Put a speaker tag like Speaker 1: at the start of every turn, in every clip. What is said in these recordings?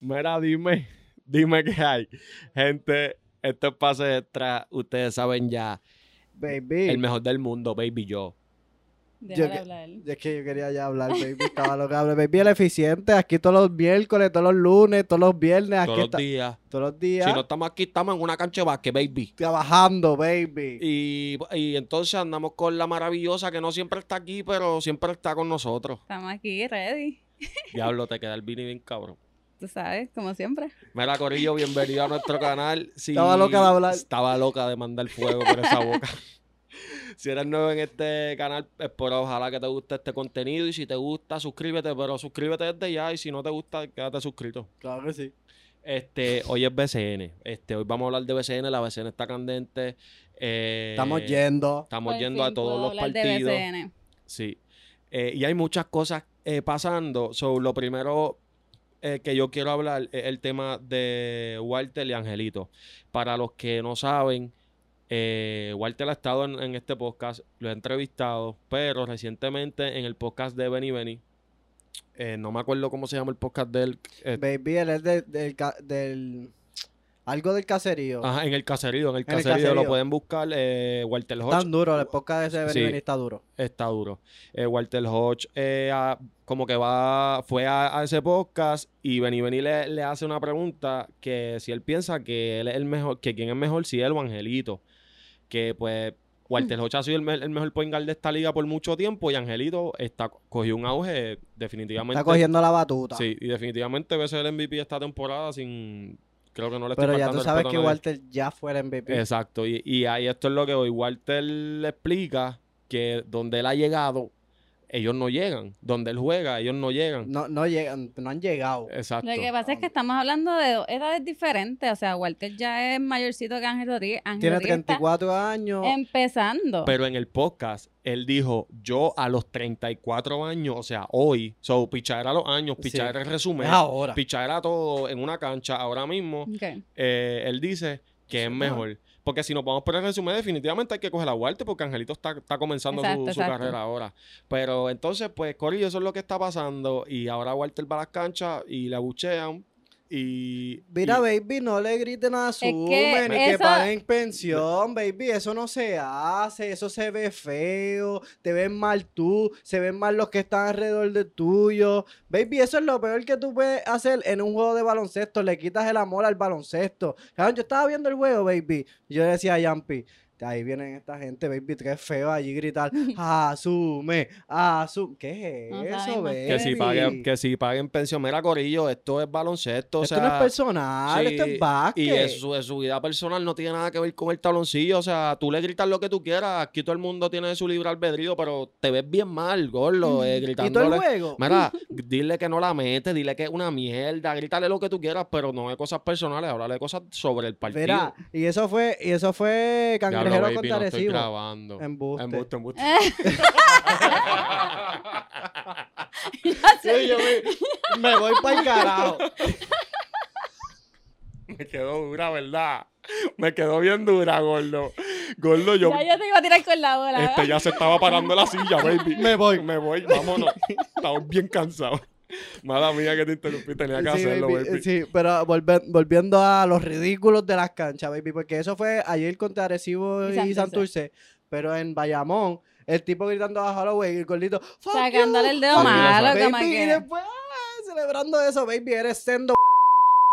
Speaker 1: Mira, dime, dime qué hay. Gente, esto es Pase Extra. Ustedes saben ya,
Speaker 2: Baby.
Speaker 1: el mejor del mundo, baby, yo.
Speaker 2: Yo
Speaker 3: Dejar
Speaker 2: que-
Speaker 3: hablar.
Speaker 2: Es que yo quería ya hablar, baby. Estaba lo que hablo. Baby, el eficiente. Aquí todos los miércoles, todos los lunes, todos los viernes. Aquí
Speaker 1: Todos los
Speaker 2: está-
Speaker 1: días.
Speaker 2: todos los días.
Speaker 1: Si no estamos aquí, estamos en una cancha de básquet, baby.
Speaker 2: Trabajando, baby.
Speaker 1: Y, y entonces andamos con la maravillosa que no siempre está aquí, pero siempre está con nosotros.
Speaker 3: Estamos aquí, ready.
Speaker 1: Diablo, te queda el vini bien cabrón.
Speaker 3: Tú sabes, como siempre.
Speaker 1: Mira, Corillo, bienvenido a nuestro canal. Si-
Speaker 2: Estaba loca de hablar.
Speaker 1: Estaba loca de mandar fuego por esa boca. si eres nuevo en este canal, espero ojalá que te guste este contenido. Y si te gusta, suscríbete, pero suscríbete desde ya. Y si no te gusta, quédate suscrito.
Speaker 2: Claro que
Speaker 1: Eh,
Speaker 2: sí.
Speaker 1: Este, hoy es BCN. Este, hoy vamos a hablar de BCN. La BCN está candente. Eh,
Speaker 2: Estamos yendo.
Speaker 1: Estamos
Speaker 3: Por
Speaker 1: yendo a
Speaker 3: fin
Speaker 1: todos
Speaker 3: Pues puedo
Speaker 1: los
Speaker 3: hablar de
Speaker 1: partidos.
Speaker 3: BCN.
Speaker 1: Sí. Eh, y hay muchas cosas eh, pasando. So, lo primero eh, que yo quiero hablar es el tema de Walter y Angelito. Para los que no saben, eh, Walter ha estado en, en este podcast, lo he entrevistado, pero recientemente en el podcast de Benny Benny, eh, no me acuerdo cómo se llama el podcast de él, eh,
Speaker 2: Baby, él es del, del, ca- del- Algo del caserío.
Speaker 1: ajá, en el caserío, en el
Speaker 2: En el
Speaker 1: caserío, lo
Speaker 2: Caserío.
Speaker 1: pueden buscar, eh, Walter Hodge.
Speaker 2: Tan duro, la época de ese
Speaker 1: Sí.
Speaker 2: Benny está duro.
Speaker 1: Está duro. Eh, Walter Hodge eh, a- como que va, fue a, a ese podcast y Benny Benny le, le hace una pregunta que si él piensa que él es el mejor, que quién es mejor, si él o Angelito. Que pues
Speaker 2: Mm.
Speaker 1: Walter Hodge ha sido el, me- el mejor point guard de esta liga por mucho tiempo y Angelito está, cogió un auge definitivamente.
Speaker 2: Está cogiendo la batuta.
Speaker 1: Sí, y definitivamente va a ser el MVP esta temporada sin... Creo que no le estoy
Speaker 2: Pero ya
Speaker 1: faltando
Speaker 2: tú
Speaker 1: el
Speaker 2: sabes
Speaker 1: respeto a
Speaker 2: que
Speaker 1: nadie.
Speaker 2: Walter ya fue el MVP.
Speaker 1: Exacto, y, y ahí esto es lo que hoy Walter le explica, que donde él ha llegado, ellos no llegan. Donde él juega, ellos no llegan.
Speaker 2: No, no, llegan, no han llegado.
Speaker 1: Exacto.
Speaker 3: Lo que pasa es que estamos hablando de dos edades diferentes. O sea, Walter ya es mayorcito que Ángel Rodríguez. Ángel
Speaker 2: Tiene
Speaker 3: Rodríguez está
Speaker 2: 34 años.
Speaker 3: empezando.
Speaker 1: Pero en el podcast, él dijo, yo a los 34 años, o sea, hoy, so, pichar a los años,
Speaker 2: Sí.
Speaker 1: pichar el
Speaker 2: Es
Speaker 1: resumen,
Speaker 2: ahora.
Speaker 1: pichar a todo en una cancha ahora mismo,
Speaker 3: Ok.
Speaker 1: eh, él dice que es
Speaker 2: Sí,
Speaker 1: mejor. Porque si nos vamos por el resumen, definitivamente hay que coger a Walter porque Angelito está, está comenzando su-
Speaker 3: Exacto,
Speaker 1: su,
Speaker 3: exacto.
Speaker 1: carrera ahora. Pero entonces, pues, Corillo, eso es lo que está pasando. Y ahora Walter va a las canchas y la buchean. Y.
Speaker 2: Mira,
Speaker 1: y-
Speaker 2: baby, no le griten a su que,
Speaker 3: eso-
Speaker 2: que paguen pensión, baby. Eso no se hace, eso se ve feo. Te ven mal tú, se ven mal los que están alrededor de tuyo. Baby, eso es lo peor que tú puedes hacer en un juego de baloncesto. Le quitas el amor al baloncesto. Cabrón, yo estaba viendo el juego, baby. y yo le decía a Yampi. Ahí vienen esta gente, baby, que es feo allí gritar, asume, asume. ¿Qué es
Speaker 3: No
Speaker 2: eso,
Speaker 3: sabemos
Speaker 2: baby?
Speaker 3: qué
Speaker 1: que si, paguen, que si paguen pensión. Mira, Corillo, esto es baloncesto. o
Speaker 2: esto no
Speaker 1: sea,
Speaker 2: es personal, esto
Speaker 1: sí,
Speaker 2: es básquet.
Speaker 1: Y es su, es su vida personal no tiene nada que ver con el taloncillo. O sea, tú le gritas lo que tú quieras. Aquí todo el mundo tiene su libre albedrío, pero te ves bien mal, gordo, eh,
Speaker 2: Mm, Y todo el
Speaker 1: gritándole.
Speaker 2: juego.
Speaker 1: Mira, dile que no la metes, dile que es una mierda, grítale lo que tú quieras, pero no de cosas personales, háblale de cosas sobre el partido.
Speaker 2: Verá, y eso fue, y eso fue
Speaker 1: Diablo,
Speaker 2: cangrejero
Speaker 1: baby,
Speaker 2: contra
Speaker 1: no estoy
Speaker 2: Arecibo.
Speaker 1: grabando.
Speaker 2: Embuste.
Speaker 1: Embuste, embuste.
Speaker 2: Sí, yo me, me voy para el carajo.
Speaker 1: Me quedó dura, ¿verdad? Me quedó bien dura, gordo. Gordo, yo...
Speaker 3: Ya yo te iba a tirar con la bola.
Speaker 1: Este ya se estaba parando la silla, baby.
Speaker 2: Me voy.
Speaker 1: Me voy, vámonos. Estamos bien cansados. Mala mía que te interrumpí, tenía que
Speaker 2: Sí,
Speaker 1: hacerlo,
Speaker 2: baby,
Speaker 1: baby.
Speaker 2: sí, pero volve- volviendo a los ridículos de las canchas, baby, porque eso fue ayer contra Arecibo
Speaker 3: Y
Speaker 2: y,
Speaker 3: Santurce.
Speaker 2: Santurce, pero en Bayamón, el tipo gritando a Holloway, el gordito, "Fuck you,
Speaker 3: Sacándole el dedo
Speaker 2: fuck you",
Speaker 3: malo,
Speaker 2: baby,
Speaker 3: como
Speaker 2: y
Speaker 3: que-
Speaker 2: después, ah, celebrando eso, baby, eres sendo.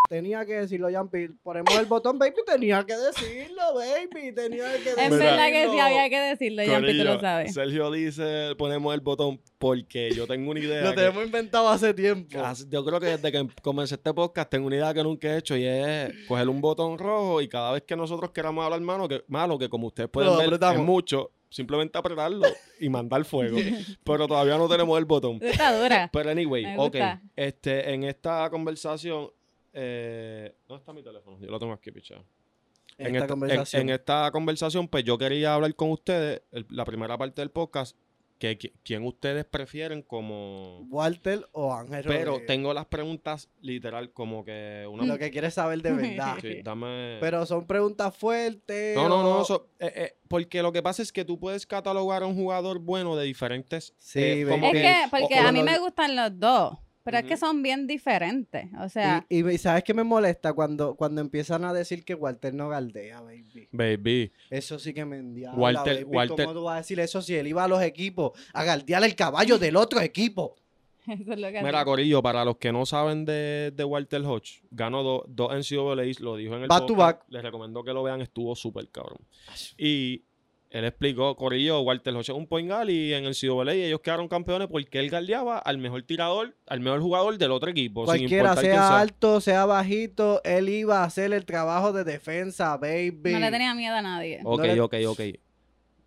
Speaker 2: Tenía que decirlo, Jampi. Ponemos el botón, baby. Tenía que decirlo, baby. Tenía que decirlo.
Speaker 3: En verdad que sí había que decirlo,
Speaker 2: Eh,
Speaker 3: ya tú
Speaker 1: Corillo,
Speaker 3: lo sabes.
Speaker 1: Sergio dice, ponemos el botón porque yo tengo una idea.
Speaker 2: Lo
Speaker 1: que-
Speaker 2: tenemos inventado hace tiempo.
Speaker 1: Hace- Yo creo que desde que comencé este podcast tengo una idea que nunca he hecho y es coger un botón rojo y cada vez que nosotros queramos hablar malo, que, malo, que como ustedes pueden
Speaker 2: Lo
Speaker 1: ver es
Speaker 2: apretamos.
Speaker 1: mucho, simplemente apretarlo y mandar fuego. Pero todavía no tenemos el botón.
Speaker 3: Tú estás dura.
Speaker 1: Pero anyway,
Speaker 3: Me
Speaker 1: ok.
Speaker 3: gusta.
Speaker 1: Este, en esta conversación... Eh, ¿Dónde está mi teléfono? Yo lo tengo aquí, pichado.
Speaker 2: en esta,
Speaker 1: En,
Speaker 2: conversación.
Speaker 1: esta conversación, pues yo quería hablar con ustedes, el- la primera parte del podcast, que, qui- quién ustedes prefieren como...
Speaker 2: Walter o Ángel
Speaker 1: Pero
Speaker 2: Rodríguez.
Speaker 1: tengo las preguntas literal como que una...
Speaker 2: Lo que quieres saber de verdad.
Speaker 1: Sí, dame...
Speaker 2: Pero son preguntas fuertes.
Speaker 1: no, no, no,
Speaker 2: o-
Speaker 1: eso- eh, eh, porque lo que pasa es que tú puedes catalogar a un jugador bueno de diferentes...
Speaker 2: Sí,
Speaker 1: eh,
Speaker 2: baby.
Speaker 1: como
Speaker 3: Es
Speaker 1: que-
Speaker 3: que, porque
Speaker 1: o- o
Speaker 3: a mí
Speaker 1: los-
Speaker 3: me gustan los dos. Pero es que
Speaker 1: Ujú.
Speaker 3: son bien diferentes. O sea,
Speaker 2: Y, y sabes que me molesta cuando, cuando empiezan a decir que Walter no galdea, baby.
Speaker 1: Baby.
Speaker 2: Eso sí que me endiabla,
Speaker 1: Walter-
Speaker 2: baby.
Speaker 1: Walter-
Speaker 2: ¿Cómo tú vas a decir eso si él iba a los equipos a galdear el caballo del otro equipo?
Speaker 3: eso es lo que
Speaker 1: Mira, Corillo, para los que no saben de, de Walter Hodge, ganó do- dos NCAAs, lo dijo en el
Speaker 2: Back to
Speaker 1: podcast, Les recomiendo que lo vean, estuvo súper cabrón. Y él explicó, Corillo, Walter Hodge es un point guard y en el NCAA ellos quedaron campeones porque él galdeaba al mejor tirador, al mejor jugador del otro equipo. sin
Speaker 2: Cualquiera,
Speaker 1: importar quién
Speaker 2: sea alto, sea bajito, él iba a hacer el trabajo de defensa, baby.
Speaker 3: no le tenía miedo a nadie.
Speaker 1: Ok,
Speaker 2: No le-
Speaker 1: ok, ok.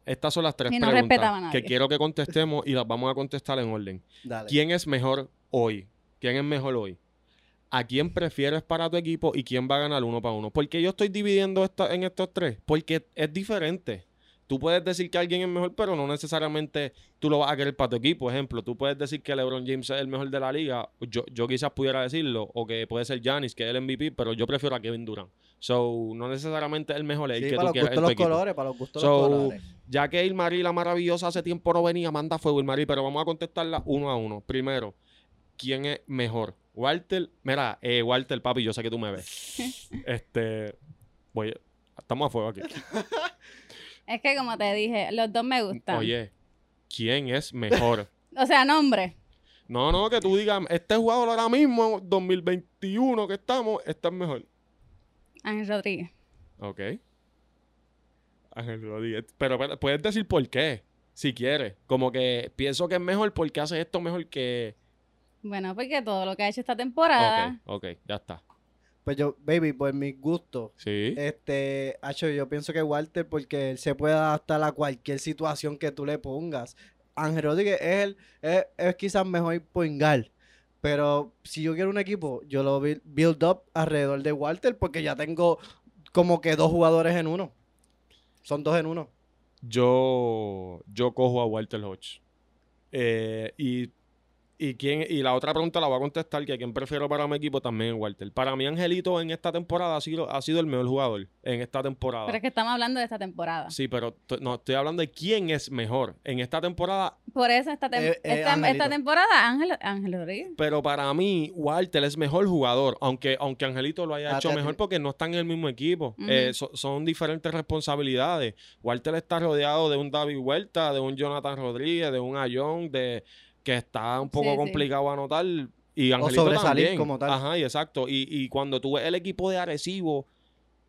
Speaker 1: Estas son las tres
Speaker 3: Y no respetaba a
Speaker 1: preguntas
Speaker 3: nadie.
Speaker 1: que quiero que contestemos y las vamos a contestar en orden.
Speaker 2: Dale.
Speaker 1: ¿Quién es mejor hoy? ¿Quién es mejor hoy? ¿A quién prefieres para tu equipo y quién va a ganar uno para uno? Porque yo estoy dividiendo esta, en estos tres, porque es diferente. Tú puedes decir que alguien es mejor, pero no necesariamente tú lo vas a querer para tu equipo. Ejemplo, tú puedes decir que LeBron James es el mejor de la liga. Yo, yo quizás pudiera decirlo, o que puede ser Giannis, que es el MVP, pero yo prefiero a Kevin Durant. So, no necesariamente es el mejor es el
Speaker 2: Sí,
Speaker 1: que
Speaker 2: para
Speaker 1: tú
Speaker 2: los
Speaker 1: quieras. en tu
Speaker 2: gustos los
Speaker 1: equipo.
Speaker 2: colores, para los gustos
Speaker 1: So,
Speaker 2: los colores.
Speaker 1: Ya que Ilmarí, la maravillosa, hace tiempo no venía, manda fuego Ilmarí, pero vamos a contestarla uno a uno. Primero, ¿quién es mejor? Walter, mira, eh, Walter, papi, yo sé que tú me ves. este, voy, estamos a fuego aquí.
Speaker 3: Es que como te dije, los dos me gustan.
Speaker 1: Oye, ¿quién es mejor?
Speaker 3: O sea, nombre.
Speaker 1: No, no, que tú digas, este jugador ahora mismo, 2021 que estamos, está mejor.
Speaker 3: Ángel Rodríguez.
Speaker 1: Ok. Ángel Rodríguez. Pero, pero, puedes decir por qué, si quieres. Como que pienso que es mejor porque hace esto mejor que...
Speaker 3: Bueno, porque todo lo que ha hecho esta temporada.
Speaker 1: Ok, ok, ya está.
Speaker 2: Pues yo, baby, por mis gustos.
Speaker 1: Sí.
Speaker 2: Este, Acho, yo pienso que Walter, porque él se puede adaptar a cualquier situación que tú le pongas. Ángel Rodríguez es, el- es, es quizás mejor poingal. Pero si yo quiero un equipo, yo lo buil- build up alrededor de Walter, porque ya tengo como que dos jugadores en uno. Son dos en uno.
Speaker 1: Yo, yo cojo a Walter Hodge. Eh, y, y, quién, y la otra pregunta la voy a contestar, que quién prefiero para mi equipo también es Walter. Para mí Angelito en esta temporada ha sido, ha sido el mejor jugador en esta temporada.
Speaker 3: Pero es que estamos hablando de esta temporada.
Speaker 1: Sí, pero t- no, estoy hablando de quién es mejor en esta temporada,
Speaker 3: Por eso esta, tem-
Speaker 2: Eh, eh,
Speaker 3: esta, esta
Speaker 2: Angelito.
Speaker 3: temporada, Ángel, Ángel Rodríguez.
Speaker 1: pero para mí Walter es mejor jugador, aunque, aunque Angelito lo haya
Speaker 2: Ah,
Speaker 1: hecho
Speaker 2: te-
Speaker 1: mejor porque no están en el mismo equipo.
Speaker 3: Ujú.
Speaker 1: Eh, so- son diferentes responsabilidades. Walter está rodeado de un David Huerta, de un Jonathan Rodríguez, de un Ayón, de que está un poco
Speaker 3: Sí, sí.
Speaker 1: complicado anotar. Y Angelito
Speaker 2: sobresalir
Speaker 1: también.
Speaker 2: como tal.
Speaker 1: Ajá, y exacto. Y, y cuando tú ves el equipo de Arecibo,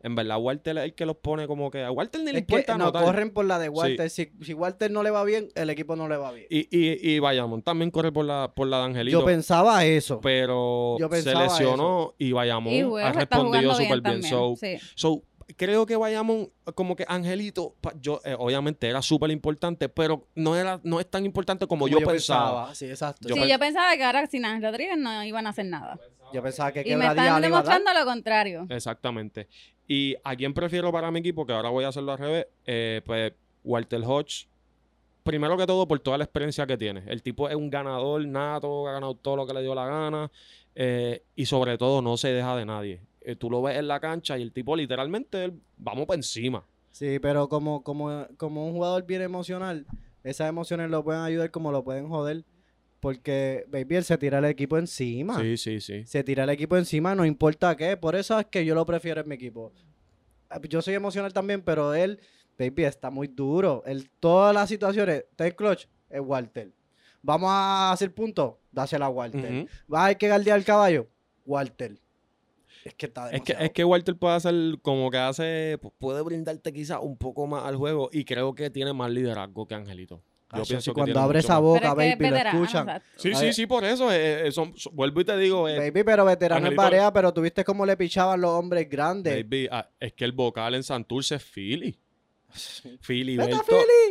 Speaker 1: en verdad Walter es el que los pone como que a Walter ni le
Speaker 2: Es que
Speaker 1: importa
Speaker 2: no
Speaker 1: anotar.
Speaker 2: corren por la de Walter. Si, si Walter no le va bien, el equipo no le va bien.
Speaker 1: Y, y, y Bayamón también corre por la, por la de Angelito. Pues,
Speaker 2: Yo pensaba eso.
Speaker 1: pero
Speaker 2: Yo
Speaker 1: se
Speaker 2: pensaba
Speaker 1: lesionó y Bayamón
Speaker 3: Y Huevo
Speaker 1: ha
Speaker 3: está
Speaker 1: respondido
Speaker 3: jugando bien
Speaker 1: súper bien.
Speaker 3: también.
Speaker 1: So,
Speaker 3: sí.
Speaker 1: so, creo que Bayamón, como que Angelito, pa- yo eh, obviamente era súper importante, pero no era no es tan importante como, yo, pensaba.
Speaker 2: Sí, exacto.
Speaker 1: Yo
Speaker 3: Sí,
Speaker 1: pen-
Speaker 3: yo pensaba que ahora sin Ángel Rodríguez no iban a hacer nada.
Speaker 2: Yo pensaba Pues que
Speaker 3: Y me
Speaker 2: quebradía
Speaker 3: están
Speaker 2: le iba a dar.
Speaker 3: demostrando lo contrario.
Speaker 1: Exactamente. Y a quién prefiero para mi equipo, que ahora voy a hacerlo al revés, eh, pues Walter Hodge. Primero que todo, por toda la experiencia que tiene. El tipo es un ganador nato, ha ganado todo lo que le dio la gana. eh, y sobre todo, no se deja de nadie. Eh, tú lo ves en la cancha y el tipo literalmente, él, vamos para encima.
Speaker 2: Sí, pero como, como, como un jugador bien emocional, esas emociones lo pueden ayudar como lo pueden joder. Porque, baby, él se tira el equipo encima.
Speaker 1: Sí, sí, sí.
Speaker 2: Se tira el equipo encima, no importa qué. Por eso es que yo lo prefiero en mi equipo. Ah, Yo soy emocional también, pero él, baby, está muy duro. Él, todas las situaciones, take clutch, es Walter. Vamos a hacer punto, dásela a Walter.
Speaker 1: Ujú.
Speaker 2: Va a haber que galdear el caballo, Walter. Es que está
Speaker 1: Es que,
Speaker 2: demasiado.
Speaker 1: es que Walter puede hacer como que hace, pu- puede brindarte quizás un poco más al juego y creo que tiene más liderazgo que Angelito. Yo
Speaker 2: Cacho,
Speaker 1: pienso
Speaker 2: si
Speaker 1: que
Speaker 2: Ah, cuando
Speaker 1: tiene
Speaker 2: abre
Speaker 1: mucho
Speaker 2: esa
Speaker 1: más.
Speaker 2: boca,
Speaker 3: Pero es que
Speaker 2: baby,
Speaker 3: es
Speaker 2: lo
Speaker 3: veterano,
Speaker 2: escuchan.
Speaker 3: exacto.
Speaker 1: Sí,
Speaker 2: A
Speaker 1: sí,
Speaker 2: ver.
Speaker 1: sí, por eso. eh, eh, son- son- vuelvo y te digo, eh,
Speaker 2: Baby, pero veterano es
Speaker 1: Angelito-
Speaker 2: barea, pero tuviste como le pichaban los hombres grandes.
Speaker 1: baby, ah, es que el vocal en Santurce es Philly.
Speaker 2: ¡Vete a
Speaker 1: Filiberto.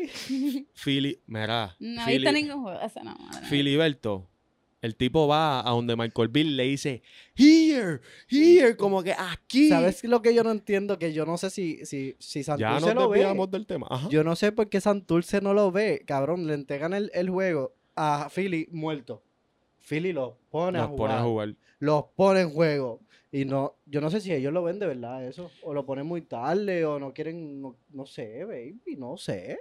Speaker 2: Philly!
Speaker 1: Philly, mira.
Speaker 3: No
Speaker 1: Philly-
Speaker 3: viste ningún juego. O sea, no, madre mía.
Speaker 1: Filiberto. El tipo va a donde Michael Bill le dice, here, here, como que aquí.
Speaker 2: ¿Sabes lo que yo no entiendo? Que yo no sé si, si, si
Speaker 1: Ya
Speaker 2: Santurce
Speaker 1: nos
Speaker 2: lo ve.
Speaker 1: desviamos del tema. Ajá.
Speaker 2: Yo no sé por qué Santurce no lo ve. Cabrón, le entregan el, el juego a Philly muerto. Philly los pone, a,
Speaker 1: Nos
Speaker 2: jugar,
Speaker 1: pone a jugar.
Speaker 2: Los pone en juego. Y no, yo no sé si ellos lo ven de verdad eso. O lo ponen muy tarde, o no quieren, no, no sé, baby, no sé.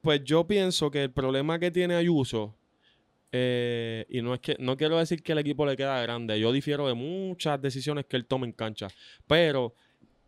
Speaker 1: Pues yo pienso que el problema que tiene Ayuso Eh, y no es que no quiero decir que el equipo le queda grande. Yo difiero de muchas decisiones que él toma en cancha. Pero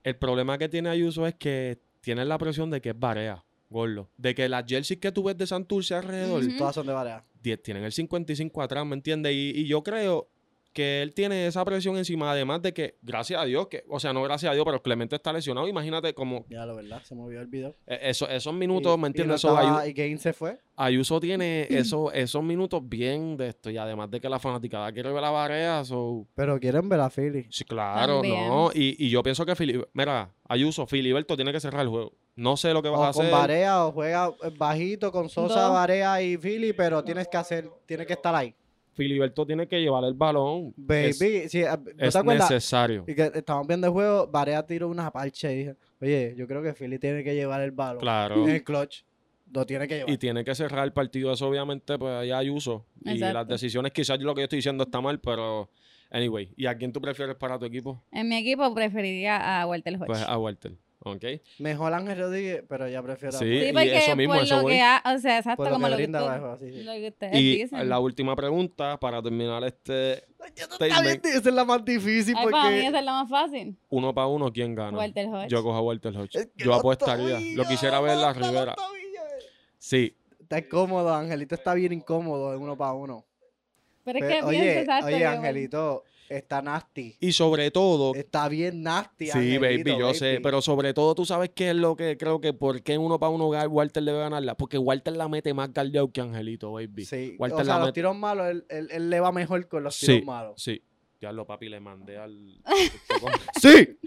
Speaker 1: el problema que tiene Ayuso es que tiene la presión de que es barea, gordo. De que las jerseys que tú ves de Santurce alrededor
Speaker 3: Ujú.
Speaker 2: Todas son de Barea.
Speaker 1: die- tienen el 55 atrás, ¿me entiendes? Y, y yo creo que él tiene esa presión encima, además de que, gracias a Dios, que, o sea, no gracias a Dios, pero Clemente está lesionado. Imagínate como
Speaker 2: Ya, la verdad, se movió el video.
Speaker 1: eh, eso- esos minutos,
Speaker 2: Y-
Speaker 1: ¿me
Speaker 2: y
Speaker 1: entiendes?
Speaker 2: no
Speaker 1: Esos
Speaker 2: estaba-
Speaker 1: Ayu-
Speaker 2: Y Gain se fue.
Speaker 1: Ayuso tiene esos, esos minutos bien de esto, y además de que la fanaticada quiere ver a Barea, so,
Speaker 2: Pero quieren ver a Philly.
Speaker 1: Sí, claro, no. Y, y yo pienso que Fili- mira, Ayuso, Filiberto tiene que cerrar el juego. No sé lo que vas a
Speaker 2: O
Speaker 1: hacer.
Speaker 2: con Barea, o juega eh, bajito con Sosa,
Speaker 3: Dos.
Speaker 2: Barea y Philly, pero tienes que hacer, tienes que estar ahí.
Speaker 1: Filiberto tiene que llevar el balón. Es-
Speaker 2: Baby, sí, eh, ¿no
Speaker 1: es
Speaker 2: te acuerdas?
Speaker 1: necesario.
Speaker 2: Y que estábamos viendo el juego, Barea tiró una parche y dije, oye, yo creo que Philly tiene que llevar el balón.
Speaker 1: Claro.
Speaker 2: En el clutch. Lo tiene que llevar.
Speaker 1: Y tiene que cerrar el partido. Eso obviamente, pues ahí hay uso. Y
Speaker 3: Exacto.
Speaker 1: las decisiones, quizás lo que yo estoy diciendo está mal, pero anyway. ¿Y a quién tú prefieres para tu equipo?
Speaker 3: En mi equipo preferiría a Walter Hodge.
Speaker 1: Pues a Walter. ¿Ok.
Speaker 2: Mejor Ángel Rodríguez, pero ya prefiero a
Speaker 1: Sí,
Speaker 2: Barea.
Speaker 1: y
Speaker 3: sí, porque
Speaker 1: eso mismo,
Speaker 3: por
Speaker 1: eso
Speaker 3: lo
Speaker 1: voy.
Speaker 3: que ha, o sea, exacto,
Speaker 2: Por lo
Speaker 3: como
Speaker 2: que
Speaker 3: lo que, tú,
Speaker 2: brinda abajo, así, sí.
Speaker 3: lo que ustedes
Speaker 1: Y
Speaker 3: dicen.
Speaker 1: la última pregunta para terminar este
Speaker 2: Está bien, Esa es la más difícil
Speaker 3: Ay, para mí
Speaker 2: porque...
Speaker 3: esa es la más fácil.
Speaker 1: uno para uno, ¿quién gana?
Speaker 3: Walter Hodge.
Speaker 1: Ah, Yo cojo a Walter Hodge.
Speaker 2: es que
Speaker 1: yo
Speaker 2: no
Speaker 1: apostaría.
Speaker 2: estoy,
Speaker 1: Lo quisiera ver en la
Speaker 2: no, no
Speaker 1: Rivera.
Speaker 2: estoy, eh.
Speaker 1: Sí,
Speaker 2: Está incómodo, Angelito está bien incómodo de uno para uno.
Speaker 3: Pero
Speaker 2: Pero-
Speaker 3: es que pienso,
Speaker 2: oye,
Speaker 3: exacto, que
Speaker 2: oye,
Speaker 3: Walter-
Speaker 2: Angelito, está nasty.
Speaker 1: Y sobre todo.
Speaker 2: Está bien nasty,
Speaker 1: Sí, baby,
Speaker 2: Angelito,
Speaker 1: yo sé. Pero sobre todo, tú sabes qué es lo que creo que por qué uno para uno ga- Walter debe ganarla. Porque Walter la mete más guardiado que Angelito, baby.
Speaker 2: Sí,
Speaker 1: Walter
Speaker 2: o sea,
Speaker 1: la
Speaker 2: los
Speaker 1: mete-
Speaker 2: tiros malos, él, él- él le va mejor con los
Speaker 1: Sí.
Speaker 2: tiros malos.
Speaker 1: Sí. Ya lo papi le mandé al.
Speaker 2: ¡Sí!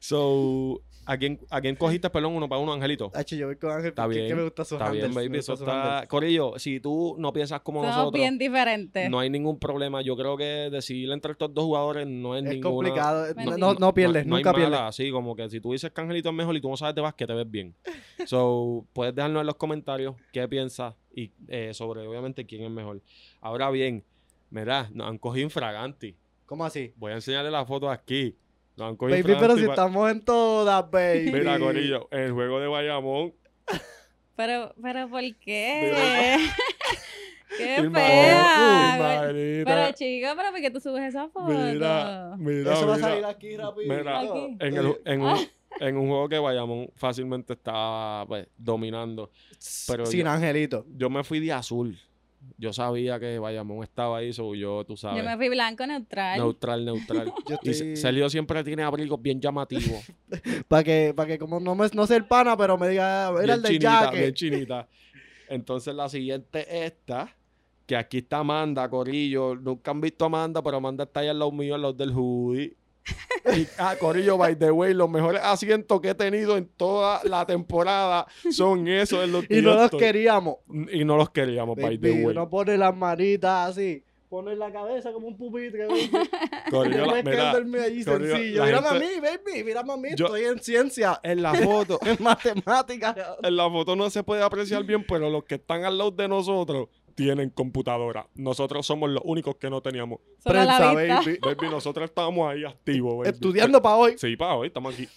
Speaker 1: so, ¿a quién, ¿a quién cogiste, perdón, uno para uno, Angelito?
Speaker 2: Hacho, yo voy con Ángel
Speaker 1: Está
Speaker 2: porque es que
Speaker 1: bien,
Speaker 2: me gusta su
Speaker 1: Está bien,
Speaker 2: handles, me
Speaker 1: baby.
Speaker 2: gusta
Speaker 1: Eso
Speaker 2: su
Speaker 1: está.
Speaker 2: handles.
Speaker 1: Corillo, si tú no piensas como
Speaker 3: Somos
Speaker 1: nosotros,
Speaker 3: bien diferentes.
Speaker 1: no hay ningún problema. Yo creo que decidir entre estos dos jugadores no es,
Speaker 2: Es
Speaker 1: ninguna-
Speaker 2: complicado. No,
Speaker 3: Mentira.
Speaker 2: no, no pierdes,
Speaker 1: no hay
Speaker 2: nunca pierdes.
Speaker 1: mala, Así como que si tú dices que Angelito es mejor y tú no sabes de básquet, te ves bien. So, puedes dejarnos en los comentarios qué piensas y eh, sobre obviamente quién es mejor. Ahora bien, mira, nos han cogido infraganti.
Speaker 2: ¿Cómo así?
Speaker 1: Voy a enseñarle la foto aquí. Nos han cogido
Speaker 2: Baby, pero
Speaker 1: infraganti
Speaker 2: si
Speaker 1: pa-
Speaker 2: estamos en todas, baby.
Speaker 1: Mira, Corillo, el juego de Bayamón.
Speaker 3: Pero, pero, ¿por qué?
Speaker 1: Mira.
Speaker 3: ¡Qué
Speaker 1: Irma-
Speaker 3: fea!
Speaker 1: Uy,
Speaker 3: Pero-
Speaker 1: Marita,
Speaker 3: pero, chico, ¿pero por qué tú subes esa foto?
Speaker 1: Mira, mira,
Speaker 2: Eso va a
Speaker 1: mira.
Speaker 2: salir aquí rápido.
Speaker 1: Mira,
Speaker 3: Aquí.
Speaker 1: En, el- en un, en un juego que Bayamón fácilmente está pues, dominando. pero
Speaker 2: Sin
Speaker 1: yo-
Speaker 2: Angelito.
Speaker 1: Yo me fui de azul. Yo sabía que Bayamón estaba ahí, so yo, tú sabes.
Speaker 3: Yo me fui blanco neutral.
Speaker 1: Neutral, neutral.
Speaker 2: Yo
Speaker 1: y Se-
Speaker 2: estoy-
Speaker 1: Sergio siempre tiene abrigos bien llamativos.
Speaker 2: Para que, para que como no, me, no sé el pana, pero me diga, "Ah,
Speaker 1: bien
Speaker 2: era el del
Speaker 1: chinita,
Speaker 2: jaque.
Speaker 1: bien chinita. Entonces la siguiente es esta, que aquí está Amanda, Corillo. Nunca han visto a Amanda, pero Amanda está ahí al lado mío, al lado del hoodie. Y, ah, Corillo, by the way, los mejores asientos que he tenido en toda la temporada son esos. en los que
Speaker 2: Y no
Speaker 1: yo
Speaker 2: los
Speaker 1: estoy.
Speaker 2: queríamos.
Speaker 1: Y no los queríamos, by the
Speaker 2: Baby,
Speaker 1: way.
Speaker 2: uno pone las manitas así, pone la cabeza como un pupitre. baby.
Speaker 1: Corillo,
Speaker 2: Yo
Speaker 1: la-
Speaker 2: me quedo
Speaker 1: mira,
Speaker 2: dormido allí
Speaker 1: Corillo,
Speaker 2: sencillo.
Speaker 1: la
Speaker 2: Mírame
Speaker 1: gente-
Speaker 2: a mí, baby, mírame a mí,
Speaker 1: Yo-
Speaker 2: estoy en ciencia,
Speaker 1: en la foto,
Speaker 2: en matemática.
Speaker 1: en la foto no se puede apreciar bien, pero los que están al lado de nosotros tienen computadora. Nosotros somos los únicos que no teníamos.
Speaker 3: Solo a la vista.
Speaker 2: baby.
Speaker 1: Baby, nosotros estábamos ahí activos. baby.
Speaker 2: Estudiando para hoy.
Speaker 1: Sí, pa, hoy estamos aquí.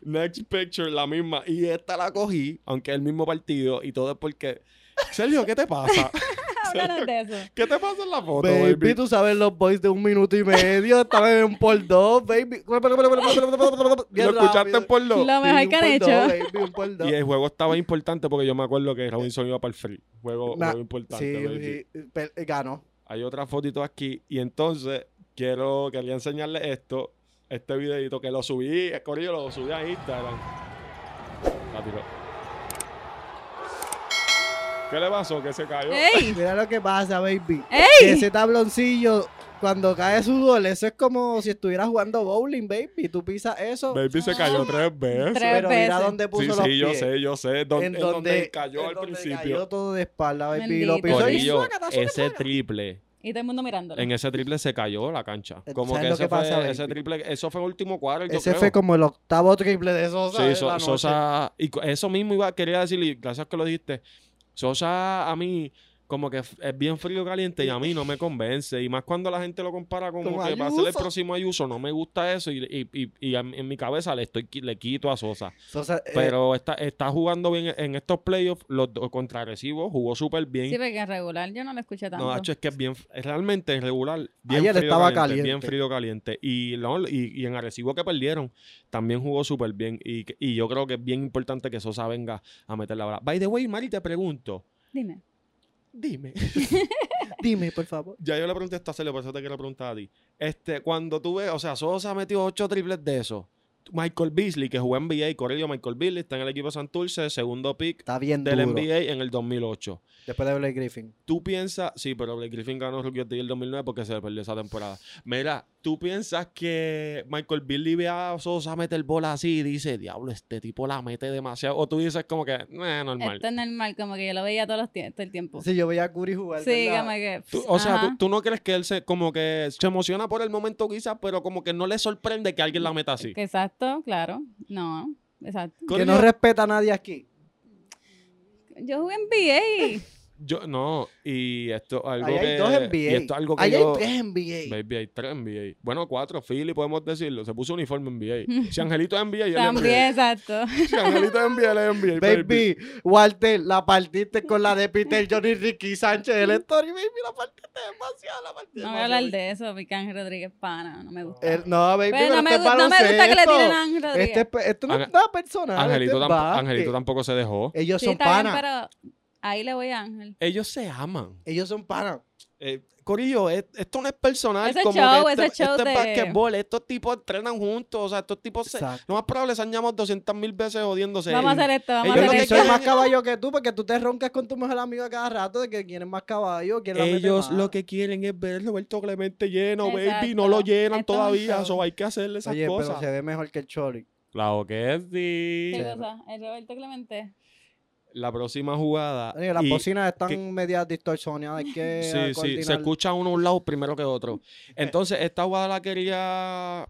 Speaker 1: Next picture, la misma. Y esta la cogí, aunque es el mismo partido, y todo es porque. Sergio, ¿qué te pasa?
Speaker 3: Háblanos de eso.
Speaker 1: ¿Qué te pasa en la foto,
Speaker 2: Baby,
Speaker 1: baby?
Speaker 2: tú sabes los boys de un minuto y medio, estaban en un por dos, baby.
Speaker 1: ¿Lo escuchaste por lo?
Speaker 3: Lo mejor que han hecho.
Speaker 1: Y el juego estaba importante porque yo me acuerdo que Robinson iba para el free. Juego,
Speaker 2: Na-
Speaker 1: juego importante, baby.
Speaker 2: Sí, sí, pe- ganó.
Speaker 1: Hay otra fotito aquí. Y entonces, quiero, quería enseñarles esto, este videito que lo subí, eh, Corillo, lo subí a Instagram. La tiró. ¿Qué le pasó? Que se cayó.
Speaker 2: Eh,
Speaker 3: ¡Ey!
Speaker 2: Mira lo que pasa, baby. Que
Speaker 3: ¡Ey!
Speaker 2: ese tabloncillo, cuando cae sudor, eso es como si estuvieras jugando bowling, baby. Tú pisas eso,
Speaker 1: Baby se cayó tres veces.
Speaker 3: Tres
Speaker 2: pero mira
Speaker 3: veces.
Speaker 2: dónde puso
Speaker 1: sí,
Speaker 2: los
Speaker 1: sí, yo
Speaker 2: pies.
Speaker 1: sé, yo sé. Don- en donde cayó
Speaker 2: en
Speaker 1: al
Speaker 2: donde
Speaker 1: principio.
Speaker 2: cayó todo de espalda, baby. y Lo
Speaker 3: Bendito.
Speaker 2: pisó
Speaker 1: Corillo,
Speaker 2: y suácata, suácata,
Speaker 1: ese triple,
Speaker 3: Y todo el mundo mirándolo.
Speaker 1: en ese triple se cayó la cancha.
Speaker 2: Eh,
Speaker 1: Como
Speaker 2: ¿sabes
Speaker 1: que
Speaker 2: lo
Speaker 1: ese,
Speaker 2: que pasa,
Speaker 1: fue,
Speaker 2: baby?
Speaker 1: ese triple, eso fue último cuarto. yo
Speaker 2: Ese
Speaker 1: creo.
Speaker 2: fue como el octavo triple de Sosa. de
Speaker 1: Sí,
Speaker 2: la
Speaker 1: So-
Speaker 2: noche.
Speaker 1: Sosa. Y co- eso mismo iba, quería decir, y gracias que lo dijiste. Sosa, a mí, como que f- es bien frío caliente y a mí no me convence. Y más cuando la gente lo compara con
Speaker 2: Con
Speaker 1: como que va a ser el
Speaker 2: Ayuso.
Speaker 1: próximo Ayuso, no me gusta eso. Y, y- y- y a mí- en mi cabeza le estoy qui- le quito a Sosa.
Speaker 2: Sosa, eh,
Speaker 1: Pero está, está jugando bien en estos playoffs. Los dos contra Recibo jugó súper bien.
Speaker 3: Sí, porque en regular yo no lo escuché tanto.
Speaker 1: No, Hacho, es que es bien, es realmente en regular. Bien
Speaker 2: Ayer
Speaker 1: frío
Speaker 2: estaba
Speaker 1: caliente, Bien
Speaker 2: caliente.
Speaker 1: frío caliente. Y, no, y, y en Arecibo que perdieron, también jugó súper bien. Y, que- y yo creo que es bien importante que Sosa venga a meter la bola. By the way, Mari, te pregunto.
Speaker 3: Dime.
Speaker 1: Dime.
Speaker 2: dime, por favor.
Speaker 1: ya yo le pregunté esto a Celio, por eso te quiero preguntar a ti. Este, cuando tú ves, o sea, Sosa metió ocho triples de eso. Michael Beasley, que jugó en NBA, Corelio Michael Beasley, está en el equipo de Santurce, segundo pick
Speaker 2: Está bien
Speaker 1: del
Speaker 2: duro.
Speaker 1: NBA en el 2008.
Speaker 2: Después de Blake Griffin.
Speaker 1: Tú piensas, sí, pero Blake Griffin ganó Rookie of the Year el 2009 porque se le perdió esa temporada. Mira, tú piensas que Michael Billy ve a Sosa meter bola así y dice, diablo, este tipo la mete demasiado. O tú dices como que, "Nah, normal.
Speaker 3: Esto es normal, como que yo lo veía todos los tie- todo el tiempo. Sí,
Speaker 2: Sí, yo veía a Curry jugar.
Speaker 3: como
Speaker 2: ¿verdad?
Speaker 3: que.
Speaker 1: Tú- o sea,
Speaker 3: ajá.
Speaker 1: tú, tú no crees que él se como que se emociona por el momento quizás, pero como que no le sorprende que alguien la meta así.
Speaker 3: Que Exacto, claro. No, exacto.
Speaker 2: Que
Speaker 1: Corillo,
Speaker 2: no respeta a nadie aquí.
Speaker 3: Yo jugué en BA.
Speaker 1: yo, no, y esto algo
Speaker 2: Ahí
Speaker 1: que...
Speaker 2: hay dos NBA.
Speaker 1: y esto algo que
Speaker 2: Ahí
Speaker 1: yo-
Speaker 2: hay tres NBA.
Speaker 1: Baby, hay tres NBA. Bueno, cuatro, Philly, podemos decirlo. Se puso uniforme NBA. Si Angelito es NBA, yo
Speaker 3: También, exacto.
Speaker 1: Si Angelito es NBA, él es NBA,
Speaker 2: Baby,
Speaker 1: baby.
Speaker 2: Walter, la partiste con la de Peter Johnny Ricky Sánchez el Story, baby, la partiste demasiado, la partiste
Speaker 3: No voy a hablar de eso, porque Ángel Rodríguez pana, no me gusta.
Speaker 2: El- no, baby,
Speaker 3: Pero no me,
Speaker 2: este
Speaker 3: gu-
Speaker 2: es
Speaker 3: no me gusta que le tiren a
Speaker 2: baloncesto.
Speaker 3: Ángel Rodríguez.
Speaker 2: Este, es pe- esto no es
Speaker 1: Ángel-
Speaker 2: nada personal.
Speaker 1: Angelito,
Speaker 2: este es
Speaker 1: tampo-
Speaker 2: básquet.
Speaker 1: Angelito tampoco se dejó.
Speaker 2: Ellos
Speaker 3: sí,
Speaker 2: son
Speaker 3: está bien,
Speaker 2: panas.
Speaker 3: pero ahí le voy a Ángel.
Speaker 1: Ellos se aman.
Speaker 2: Ellos son panas.
Speaker 1: Eh, Corillo, es- esto no es personal.
Speaker 3: Ese
Speaker 1: como
Speaker 3: show,
Speaker 1: que este,
Speaker 3: ese show
Speaker 1: este es
Speaker 3: de-
Speaker 1: basquetbol. Estos tipos entrenan juntos. O sea, estos tipos se...
Speaker 2: Exacto.
Speaker 1: Lo más probable se han llamado 200 mil veces jodiéndose.
Speaker 3: Vamos a hacer esto, vamos
Speaker 1: Ellos
Speaker 3: a
Speaker 2: Yo
Speaker 1: lo
Speaker 3: hacer
Speaker 1: que
Speaker 3: esto.
Speaker 2: soy
Speaker 1: quieren-
Speaker 2: más caballo que tú porque tú te roncas con tu mejor amigo a cada rato de que quién es más caballo, quién la mete
Speaker 1: Ellos
Speaker 2: más.
Speaker 1: lo que quieren es ver Roberto Clemente lleno, baby.
Speaker 3: Exacto.
Speaker 1: No lo llenan
Speaker 3: Esto es un
Speaker 1: todavía.
Speaker 3: show.
Speaker 1: Eso hay que hacerle esas
Speaker 2: Oye, pero
Speaker 1: cosas.
Speaker 2: se ve mejor que el Chori.
Speaker 1: Claro que sí.
Speaker 3: ¿Qué cosa? El Roberto Clemente.
Speaker 1: La próxima jugada.
Speaker 2: Oye, Las
Speaker 1: Ah, y-
Speaker 2: bocinas están
Speaker 1: que-
Speaker 2: medias distorsionadas. Hay que
Speaker 1: Sí, sí, se
Speaker 2: coordinar.
Speaker 1: escucha uno a un lado primero que otro. Entonces, esta jugada la quería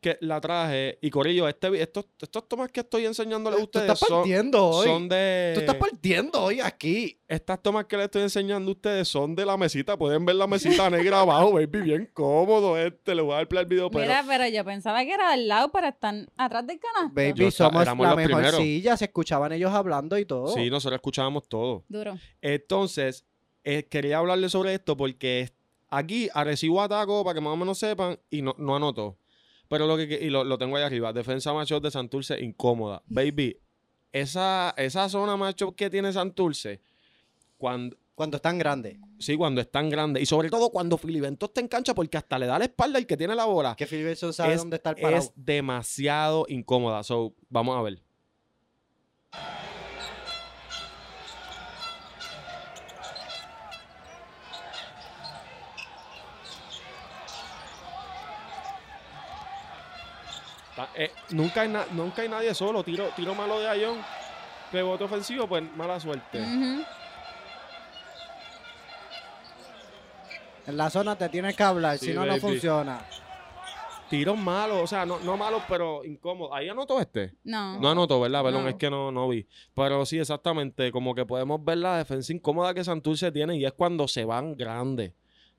Speaker 1: que la traje. Y Corillo, este, estos, estos tomas que estoy enseñándole a
Speaker 2: Tú
Speaker 1: ustedes
Speaker 2: estás
Speaker 1: son,
Speaker 2: partiendo hoy.
Speaker 1: son de.
Speaker 2: Tú estás partiendo hoy aquí.
Speaker 1: Estas tomas que les estoy enseñando a ustedes son de la mesita. Pueden ver la mesita negra abajo, baby, bien cómodo. Este, le voy a dar play al video, pero.
Speaker 3: Mira, pero yo pensaba que era al lado para estar atrás del canasta.
Speaker 2: Baby,
Speaker 1: Yo sa-
Speaker 2: somos
Speaker 1: éramos
Speaker 2: la
Speaker 1: los
Speaker 2: mejor
Speaker 1: primeros.
Speaker 2: silla. Se escuchaban ellos hablando y todo.
Speaker 1: Sí, nosotros escuchábamos todo.
Speaker 3: Duro.
Speaker 1: Entonces, eh, quería hablarle sobre esto porque es- aquí Arecibo atacó para que más o menos sepan y no, no anotó. Pero lo que que- y lo, lo tengo ahí arriba, defensa macho de Santurce incómoda. Baby, esa, esa zona macho que tiene Santurce, cuando,
Speaker 2: Cuando están grandes.
Speaker 1: sí, cuando es tan grande y sobre todo cuando Filibento está en cancha porque hasta le da la espalda el que tiene la bola.
Speaker 2: Que Phil Wilson sabe
Speaker 1: Es-
Speaker 2: dónde está el parado.
Speaker 1: Es demasiado incómoda. So, vamos a ver. Ta- eh, nunca, hay na- nunca hay nadie solo. Tiro, tiro malo de Ayón. Rebote ofensivo, pues mala suerte.
Speaker 3: Ujú.
Speaker 2: En la zona te tienes que hablar,
Speaker 1: Sí,
Speaker 2: si no, no
Speaker 1: baby.
Speaker 2: funciona.
Speaker 1: Tiros malos, o sea, no, no malos, pero incómodos. Ahí anotó este.
Speaker 3: No.
Speaker 1: No anotó, ¿verdad? Perdón,
Speaker 3: No.
Speaker 1: es que no, no vi. Pero sí, exactamente. Como que podemos ver la defensa incómoda que Santurce tiene y es cuando se van grandes.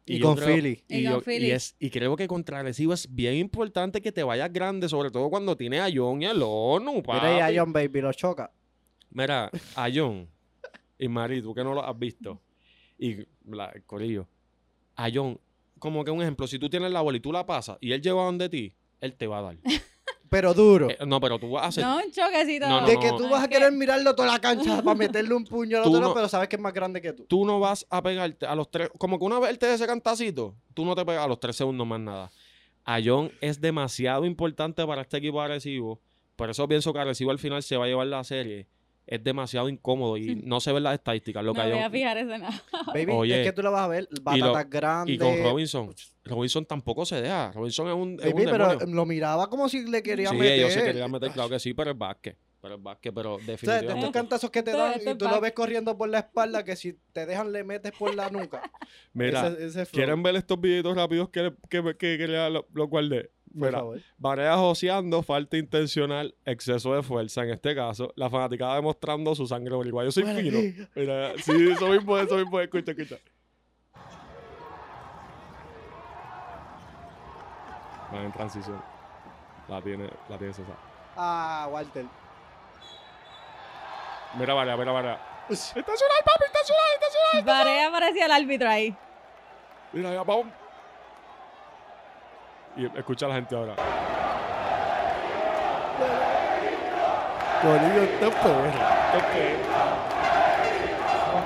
Speaker 2: Y,
Speaker 1: yo
Speaker 2: con
Speaker 1: creo-
Speaker 2: Philly.
Speaker 1: Y,
Speaker 3: Y con
Speaker 1: yo- y
Speaker 3: Philly.
Speaker 1: es, y creo que contra Arecibo es bien importante que te vayas grande, sobre todo cuando tienes a John y a ONU,
Speaker 2: Mira, y a John Baby lo choca.
Speaker 1: Mira, a John y Mari, tú que no lo has visto. Y la, Corillo, a John, como que un ejemplo, si tú tienes la bola y tú la pasas y él lleva donde ti, él te va a dar.
Speaker 2: Pero duro.
Speaker 1: Eh, no, pero tú vas a hacer
Speaker 3: No, un choquecito.
Speaker 1: No, no,
Speaker 2: de
Speaker 1: no.
Speaker 2: que tú vas a
Speaker 3: Es
Speaker 2: querer mirarlo toda la cancha para meterle un puño al
Speaker 1: Tú
Speaker 2: otro,
Speaker 1: no-
Speaker 2: pero sabes que es más grande que tú.
Speaker 1: tú no vas a pegarte a los tres. Como que una vez él te dé ese cantacito, tú no te pegas a los tres segundos más nada. A John es demasiado importante para este equipo agresivo. Por eso pienso que agresivo al final se va a llevar la serie. Es demasiado incómodo y no se ven las estadísticas. Lo que
Speaker 3: me
Speaker 1: a
Speaker 3: voy a
Speaker 1: John-
Speaker 3: fijar ese nada.
Speaker 2: Baby,
Speaker 1: Oye.
Speaker 2: es que tú lo vas a ver,
Speaker 1: lo-
Speaker 2: batatas grandes.
Speaker 1: y con Robinson. Robinson tampoco se deja. Robinson es un, es un
Speaker 2: Baby, pero
Speaker 1: demonio.
Speaker 2: lo miraba como si le quería
Speaker 1: Sí,
Speaker 2: meter.
Speaker 1: ellos se querían meter, claro que sí, pero es básquet. Pero el básquet, pero
Speaker 2: O sea, de estos
Speaker 1: definitivamente.
Speaker 2: cantazos que te
Speaker 3: Esto-
Speaker 2: dan
Speaker 3: esto
Speaker 2: y
Speaker 3: es
Speaker 2: tú lo
Speaker 3: back.
Speaker 2: ves corriendo por la espalda que si te dejan le metes por la nuca.
Speaker 1: Mira,
Speaker 2: Ese- ese flow,
Speaker 1: ¿quieren ver estos videitos rápidos que, le- que, me- que, que le- lo, lo guardé?
Speaker 2: por
Speaker 1: Mira,
Speaker 2: favor.
Speaker 1: Varea joseando, falta intencional, exceso de fuerza en este caso, la fanaticada demostrando su sangre boricua. Yo soy fino. Mira, sí, eso mismo es, eso mismo es. Escucha, escucha. Van en transición. La tiene, la tiene César.
Speaker 2: Ah, Walter.
Speaker 1: Mira, Varea, mira, Varea.
Speaker 2: Ush.
Speaker 1: ¡Estacional, papi, estacional, estacional!
Speaker 3: Varea parecía el árbitro ahí.
Speaker 1: Mira, ya, vamos. Y escucha a la gente ahora.
Speaker 2: Corillo, esto es peor.
Speaker 1: Ok.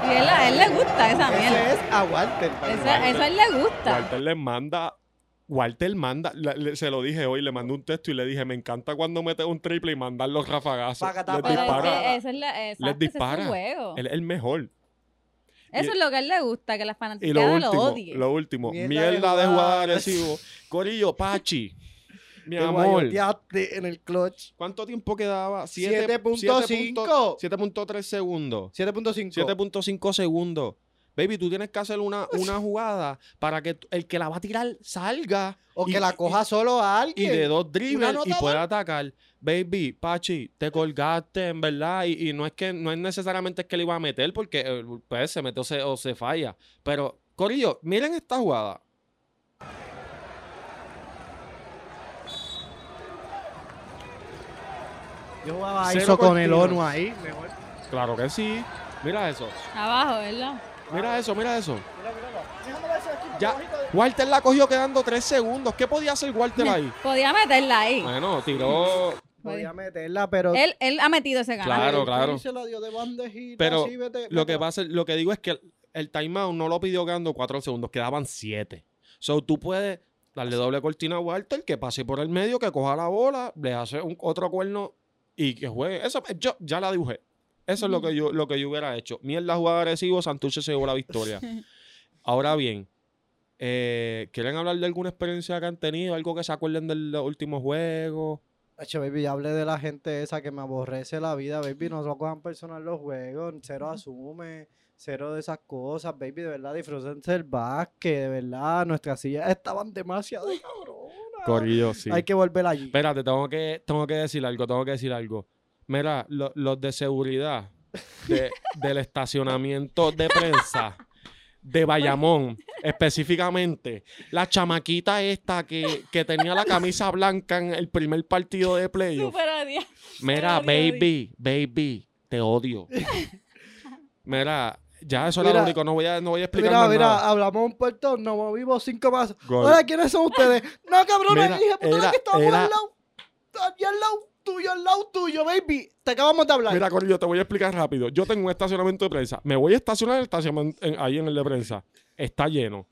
Speaker 3: Y él, a él le gusta esa mierda.
Speaker 2: Ese es a Walter. by the
Speaker 3: Eso,
Speaker 2: way.
Speaker 3: eso a él le gusta.
Speaker 1: Walter les manda. Walter manda, la- le- se lo dije hoy, le mandé un texto y le dije, me encanta cuando metes un triple y mandar los rafagazos.
Speaker 2: Pacatá,
Speaker 1: Les
Speaker 3: Pero es
Speaker 2: pacatá.
Speaker 1: dispara.
Speaker 3: que esa es la, exacto, ese es su
Speaker 1: dispara.
Speaker 3: juego.
Speaker 1: Él es el mejor.
Speaker 3: Eso es lo que a él le gusta, que la
Speaker 1: Y lo
Speaker 3: fanaticada lo,
Speaker 1: último,
Speaker 3: odie.
Speaker 1: lo último,
Speaker 2: Mierda de
Speaker 1: mierda de jugada
Speaker 2: jugada.
Speaker 1: agresivo. Corillo, Pachi. Mi
Speaker 2: Te
Speaker 1: amor.
Speaker 2: guayoteaste en el clutch.
Speaker 1: ¿Cuánto tiempo quedaba? Siete-
Speaker 2: 7.5.
Speaker 1: siete punto- 7.3 segundos.
Speaker 2: 7.5.
Speaker 1: 7.5 segundos. Baby, tú tienes que hacer una, una jugada para que t- el que la va a tirar salga.
Speaker 2: O
Speaker 1: y-
Speaker 2: que la coja solo a
Speaker 1: Y, y
Speaker 2: alguien.
Speaker 1: de dos dribles
Speaker 2: nota
Speaker 1: y pueda
Speaker 2: más.
Speaker 1: atacar. Baby, Pachi, te colgaste, en verdad. Y, y no es que no es necesariamente que le iba a meter porque eh, pues, se mete o se, o se falla. Pero, Corillo, miren esta jugada.
Speaker 2: Yo jugaba
Speaker 1: Cero
Speaker 2: ISO con el
Speaker 1: cortinas.
Speaker 2: ONU ahí. Mejor.
Speaker 1: Claro que sí. Mira eso.
Speaker 3: Abajo, ¿verdad?
Speaker 1: Mira eso, mira eso.
Speaker 2: Mira, mira, mira. Déjame ver eso aquí porque
Speaker 1: Ya.
Speaker 2: bajito de-
Speaker 1: Walter la cogió quedando tres segundos. ¿Qué podía hacer Walter ahí?
Speaker 3: Podía meterla ahí.
Speaker 1: Bueno, tiró.
Speaker 2: Podía meterla, pero.
Speaker 3: Él, él ha metido ese ganado.
Speaker 1: Claro,
Speaker 2: Ay,
Speaker 1: claro.
Speaker 2: Se la dio de bandejita,
Speaker 1: Pero
Speaker 2: así, vete,
Speaker 1: Lo
Speaker 2: vete.
Speaker 1: que pasa, lo que digo es que el- el timeout no lo pidió quedando cuatro segundos, quedaban siete. So tú puedes darle doble cortina a Walter, que pase por el medio, que coja la bola, le hace un, otro cuerno y que juegue. Eso eh, yo ya la dibujé. Eso es lo que yo, lo que yo hubiera hecho. Mierda jugada agresivo, Santurce se llevó la victoria. Ahora bien, eh, ¿quieren hablar de alguna experiencia que han tenido? ¿Algo que se acuerden del último juego?
Speaker 2: Acho, baby, ya hablé de la gente esa que me aborrece la vida, baby. No se lo cojan personal los juegos, cero asume, cero de esas cosas, baby. De verdad, disfrútense el básquet, de verdad. Nuestras sillas estaban demasiado cabronas.
Speaker 1: Corrido, sí.
Speaker 2: Hay que volver allí.
Speaker 1: Espérate, tengo que, tengo que decir algo, tengo que decir algo. Mira, lo- los de seguridad de- del estacionamiento de prensa de Bayamón, específicamente, la chamaquita esta que, que tenía la camisa blanca en el primer partido de playoff.
Speaker 3: Super odia.
Speaker 1: Mira,
Speaker 3: odio, odio.
Speaker 1: baby, baby, te odio. Mira, ya eso era
Speaker 2: Mira,
Speaker 1: lo único, no voy a, no voy a explicar
Speaker 2: Mira,
Speaker 1: más
Speaker 2: mira, ah,
Speaker 1: nada.
Speaker 2: hablamos un portón, nos movimos cinco más.
Speaker 1: Gol.
Speaker 2: Ahora, ¿quiénes son ustedes? No, cabrón,
Speaker 1: Mira,
Speaker 2: dije, puta,
Speaker 1: era-
Speaker 2: que estamos
Speaker 1: era-
Speaker 2: al lado. Aquí al lado tuyo, al lado tuyo, baby. Te acabamos de hablar.
Speaker 1: Mira, Corillo, te voy a explicar rápido. Yo tengo un estacionamiento de prensa. Me voy a estacionar en el estacionam- en- ahí en el de prensa. Está lleno.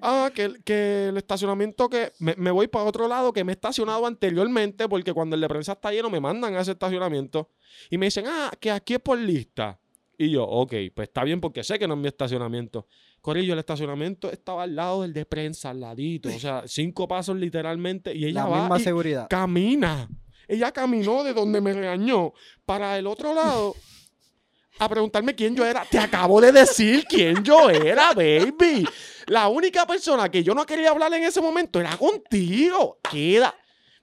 Speaker 1: Ah, que, el- que el estacionamiento que... Me, me voy para otro lado que me he estacionado anteriormente porque cuando el de prensa está lleno me mandan a ese estacionamiento y me dicen, ah, que aquí es por lista. Y yo, ok, pues está bien porque sé que no es mi estacionamiento. Corillo, el estacionamiento estaba al lado del de prensa, al ladito. O sea, cinco pasos literalmente y ella
Speaker 2: la
Speaker 1: va
Speaker 2: misma
Speaker 1: y-
Speaker 2: seguridad.
Speaker 1: camina. Ella caminó de donde me regañó para el otro lado a preguntarme quién yo era. Te acabo de decir quién yo era, baby. La única persona que yo no quería hablar en ese momento era contigo. Queda.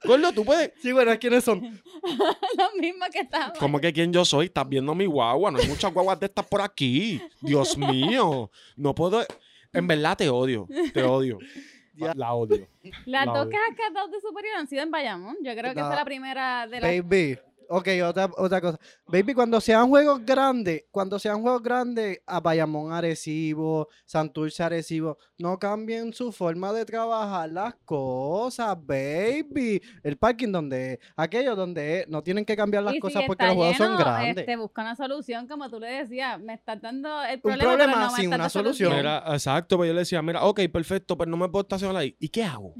Speaker 1: Gordo, tú puedes.
Speaker 2: Sí, bueno, ¿quiénes son?
Speaker 3: Lo mismo que estaba.
Speaker 1: ¿Cómo que quién yo soy? Estás viendo mi guagua. No hay muchas guaguas de estas por aquí. Dios mío. No puedo. En verdad te odio. Te odio.
Speaker 2: Ya.
Speaker 1: La odio.
Speaker 3: Las
Speaker 1: La
Speaker 3: dos
Speaker 1: odio.
Speaker 3: cajas que has dado de superior han sido en Bayamón. Yo creo que
Speaker 2: No.
Speaker 3: esa es la primera de las
Speaker 2: Baby. Ok, otra, otra cosa. Baby, cuando sean juegos grandes, cuando sean juegos grandes, a Bayamón Arecibo, Santurce Arecibo, no cambien su forma de trabajar las cosas, baby. El parking donde es, aquello donde es, no tienen que cambiar las
Speaker 3: Y si
Speaker 2: cosas porque
Speaker 3: está
Speaker 2: los juegos son
Speaker 3: lleno,
Speaker 2: grandes.
Speaker 3: Este, busca una solución, como tú le decías. Me estás dando el
Speaker 2: Un
Speaker 3: problema, pero
Speaker 2: problema
Speaker 3: no me
Speaker 2: sin
Speaker 3: estás
Speaker 2: una
Speaker 3: dando
Speaker 2: solución.
Speaker 1: Mira, exacto, pues yo le decía, mira, ok, perfecto, pero no me puedo estacionar ahí. ¿Y qué hago?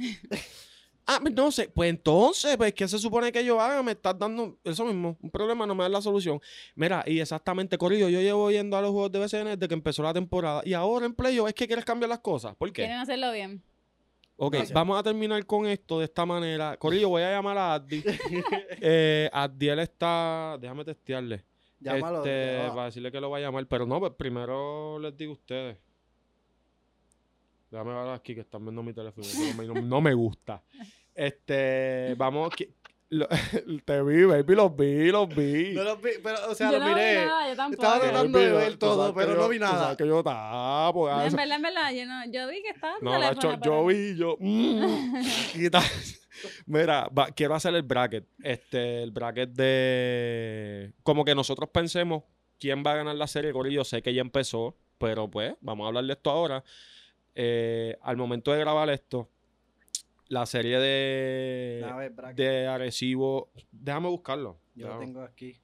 Speaker 1: ah, pues no sé, pues entonces, pues, ¿qué se supone que yo haga? Me estás dando eso mismo, un problema, no me das la solución. Mira, y exactamente, Corillo, yo llevo yendo a los juegos de BCN desde que empezó la temporada y ahora en Playo es que quieres cambiar las cosas. ¿Por qué?
Speaker 3: Quieren hacerlo bien.
Speaker 1: Ok,
Speaker 2: Gracias.
Speaker 1: vamos a terminar con esto de esta manera. Corillo, voy a llamar a Addi. eh, Addi, él está. Déjame testearle.
Speaker 2: Llámalo.
Speaker 1: Este,
Speaker 2: que va.
Speaker 1: Para decirle que lo va a llamar, pero no, pues primero les digo a ustedes. Déjame ver aquí que están viendo mi teléfono. que no, me- no me gusta. Este, vamos. que- lo- te vi, baby, los vi, los vi.
Speaker 2: No los vi, pero, o sea,
Speaker 3: yo
Speaker 2: lo
Speaker 3: no vi
Speaker 2: miré.
Speaker 3: nada, yo tampoco.
Speaker 2: Estaba
Speaker 1: Baby,
Speaker 2: tratando de ver
Speaker 1: tú
Speaker 2: todo,
Speaker 1: sabes que
Speaker 2: pero
Speaker 1: yo-
Speaker 2: no vi
Speaker 1: tú
Speaker 2: nada.
Speaker 1: sabes que yo tapo. a
Speaker 3: En
Speaker 1: veces-
Speaker 3: verdad, en verdad, yo, no, yo vi que estaba en
Speaker 1: No,
Speaker 3: teléfono,
Speaker 1: macho,
Speaker 3: pero-
Speaker 1: yo vi, yo. mm, y tal. Mira, va- quiero hacer el bracket. Este, el bracket de. Como que nosotros pensemos quién va a ganar la serie, Corillo. Sé que ya empezó, pero pues, vamos a hablar de esto ahora. Eh, al momento de grabar esto, la serie
Speaker 2: A
Speaker 1: de.
Speaker 2: ver, Brack,
Speaker 1: De Arecibo. Déjame buscarlo.
Speaker 2: yo lo
Speaker 1: déjame,
Speaker 2: tengo aquí.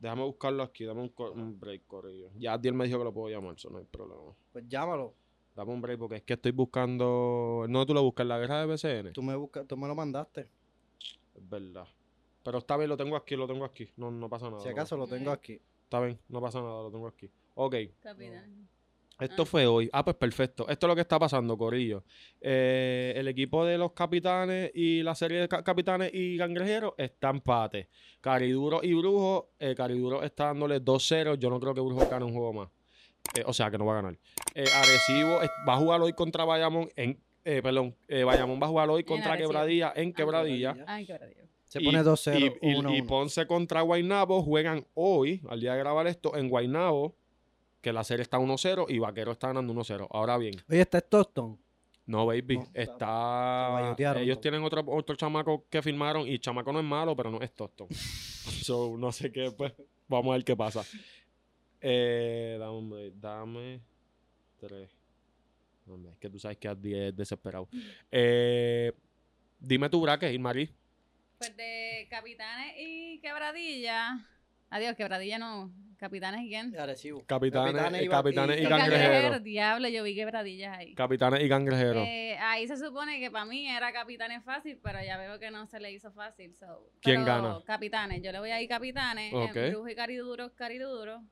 Speaker 1: déjame buscarlo aquí. Dame un, co- un break, Corillo. Ya Adiel me dijo que lo puedo llamar, eso no hay problema.
Speaker 2: Pues llámalo.
Speaker 1: Dame un break porque es que estoy buscando. No, tú lo buscas, la guerra de BCN.
Speaker 2: Tú me, buscas, tú me lo mandaste.
Speaker 1: Es verdad. Pero está bien, lo tengo aquí, lo tengo aquí. No, no pasa nada.
Speaker 2: Si
Speaker 1: no.
Speaker 2: acaso lo tengo aquí.
Speaker 1: Está bien, no pasa nada, lo tengo aquí. Ok,
Speaker 3: ¿Qué opinas?
Speaker 1: esto
Speaker 3: Ah.
Speaker 1: fue hoy. Ah, pues perfecto. Esto es lo que está pasando, Corillo. Eh, el equipo de los capitanes y la serie de ca- capitanes y cangrejeros está empate. Cariduro y Brujo. eh, Cariduro está dándole 2-0. Yo no creo que Brujo gane un juego más. Eh, o sea, que no va a ganar. Eh, Arecibo es- va a jugar hoy contra Bayamón en... eh, perdón, eh, Bayamón va a jugar hoy contra
Speaker 3: Arecibo.
Speaker 1: Quebradilla Ah, en Quebradilla.
Speaker 3: Ay, qué maravilla.
Speaker 2: Se
Speaker 1: Y-
Speaker 2: pone 2-0.
Speaker 1: Y, y-
Speaker 2: 1-1.
Speaker 1: y Ponce contra Guaynabo juegan hoy, al día de grabar esto, en Guaynabo, que la serie está 1-0 y Vaquero está ganando 1-0. Ahora bien,
Speaker 2: Oye, este es Toston.
Speaker 1: no, baby,
Speaker 2: No, está- te
Speaker 1: está...
Speaker 2: guayotearon,
Speaker 1: Ellos
Speaker 2: papá.
Speaker 1: tienen otro, otro chamaco que firmaron y chamaco no es malo, pero no es Tostón. so, no sé qué, pues, vamos a ver qué pasa. Eh, dame, un break, dame tres. Hombre, Es que tú sabes que a 10 es desesperado. Eh, dime tu braque, Irmarí.
Speaker 3: Pues de Capitanes y Quebradilla. Adiós, Quebradilla no. Capitanes y quién.
Speaker 2: Arecibo.
Speaker 1: Capitanes,
Speaker 2: Capitanes
Speaker 1: eh,
Speaker 2: y-
Speaker 1: capitanes y,
Speaker 2: y-
Speaker 1: cangrejeros.
Speaker 3: Cangrejeros, diablo, yo vi Quebradillas ahí.
Speaker 1: Capitanes y cangrejeros.
Speaker 3: Eh, ahí se supone que para mí era Capitanes fácil, pero ya veo que no se le hizo fácil. so.
Speaker 1: ¿Quién
Speaker 3: Pero
Speaker 1: gana?
Speaker 3: Capitanes, yo le voy a ir Capitanes.
Speaker 1: Ok.
Speaker 3: eh, Brujo y Cariduro, Cariduro.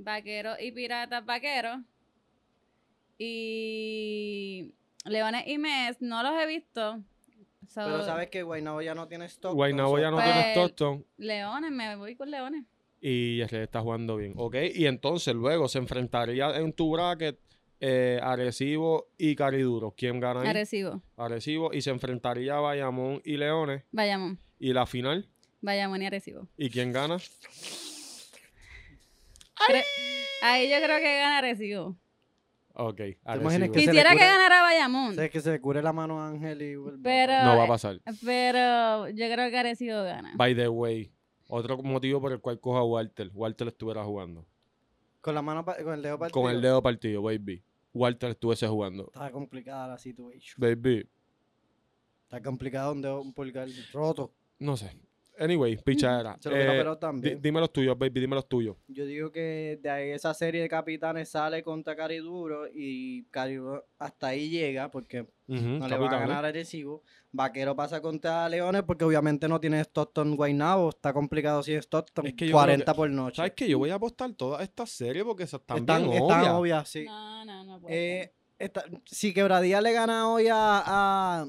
Speaker 3: Vaqueros y Piratas, Vaqueros. Y Leones y Mes, no los he visto. so,
Speaker 2: Pero sabes que Guaynabo ya no tiene stock.
Speaker 1: Guaynabo ya no
Speaker 3: Pues-
Speaker 1: tiene Stockton
Speaker 3: Leones, me voy con Leones.
Speaker 1: y Yesle está jugando bien. Ok, y entonces luego se enfrentaría en tu bracket eh, Arecibo y Cariduro. ¿Quién gana ahí?
Speaker 3: Arecibo,
Speaker 1: Arecibo y se enfrentaría a Bayamón y Leones.
Speaker 3: Bayamón,
Speaker 1: Y la final,
Speaker 3: Bayamón y Arecibo.
Speaker 1: ¿y quién gana?
Speaker 3: Cre- Ahí yo creo que gana Arecibo.
Speaker 1: Ok,
Speaker 2: imaginas
Speaker 1: Arecibo.
Speaker 2: que se-
Speaker 3: Quisiera que
Speaker 2: cura-
Speaker 3: ganara Bayamón,
Speaker 2: Sé que se le cure la mano a Ángel y vuelve.
Speaker 3: pero
Speaker 1: No va a pasar.
Speaker 3: Pero yo creo que Arecibo gana.
Speaker 1: By the way, otro motivo por el cual cojo a Walter. Walter estuviera jugando.
Speaker 2: Con la mano, pa- con el dedo partido.
Speaker 1: Con el dedo partido, baby. Walter estuviese jugando.
Speaker 2: Está complicada la situación.
Speaker 1: Baby,
Speaker 2: Está complicada un dedo, un pulgar roto.
Speaker 1: no sé. Anyway,
Speaker 3: Mm.
Speaker 1: pichadera.
Speaker 2: Se lo hubiera
Speaker 1: Eh,
Speaker 2: operado
Speaker 1: Di-
Speaker 2: también.
Speaker 1: dime los tuyos, baby, dime los tuyos.
Speaker 2: Yo digo que de ahí esa serie de capitanes sale contra Cariduro y Cariduro hasta ahí llega porque
Speaker 1: Ujú,
Speaker 2: no le va a
Speaker 1: capitán, ¿eh?
Speaker 2: ganar a Arecibo. Vaquero pasa contra Leones porque obviamente no tiene Stockton Guaynabo. Está complicado sin Stockton.
Speaker 1: Es que yo creo
Speaker 2: 40 por noche.
Speaker 1: ¿Sabes qué? Yo voy a apostar todas estas series porque se están,
Speaker 2: Están,
Speaker 1: bien
Speaker 2: están
Speaker 1: obvias.
Speaker 2: obvias, sí.
Speaker 3: No, no, no puede.
Speaker 2: Eh, esta- si Quebradía le gana hoy a, a,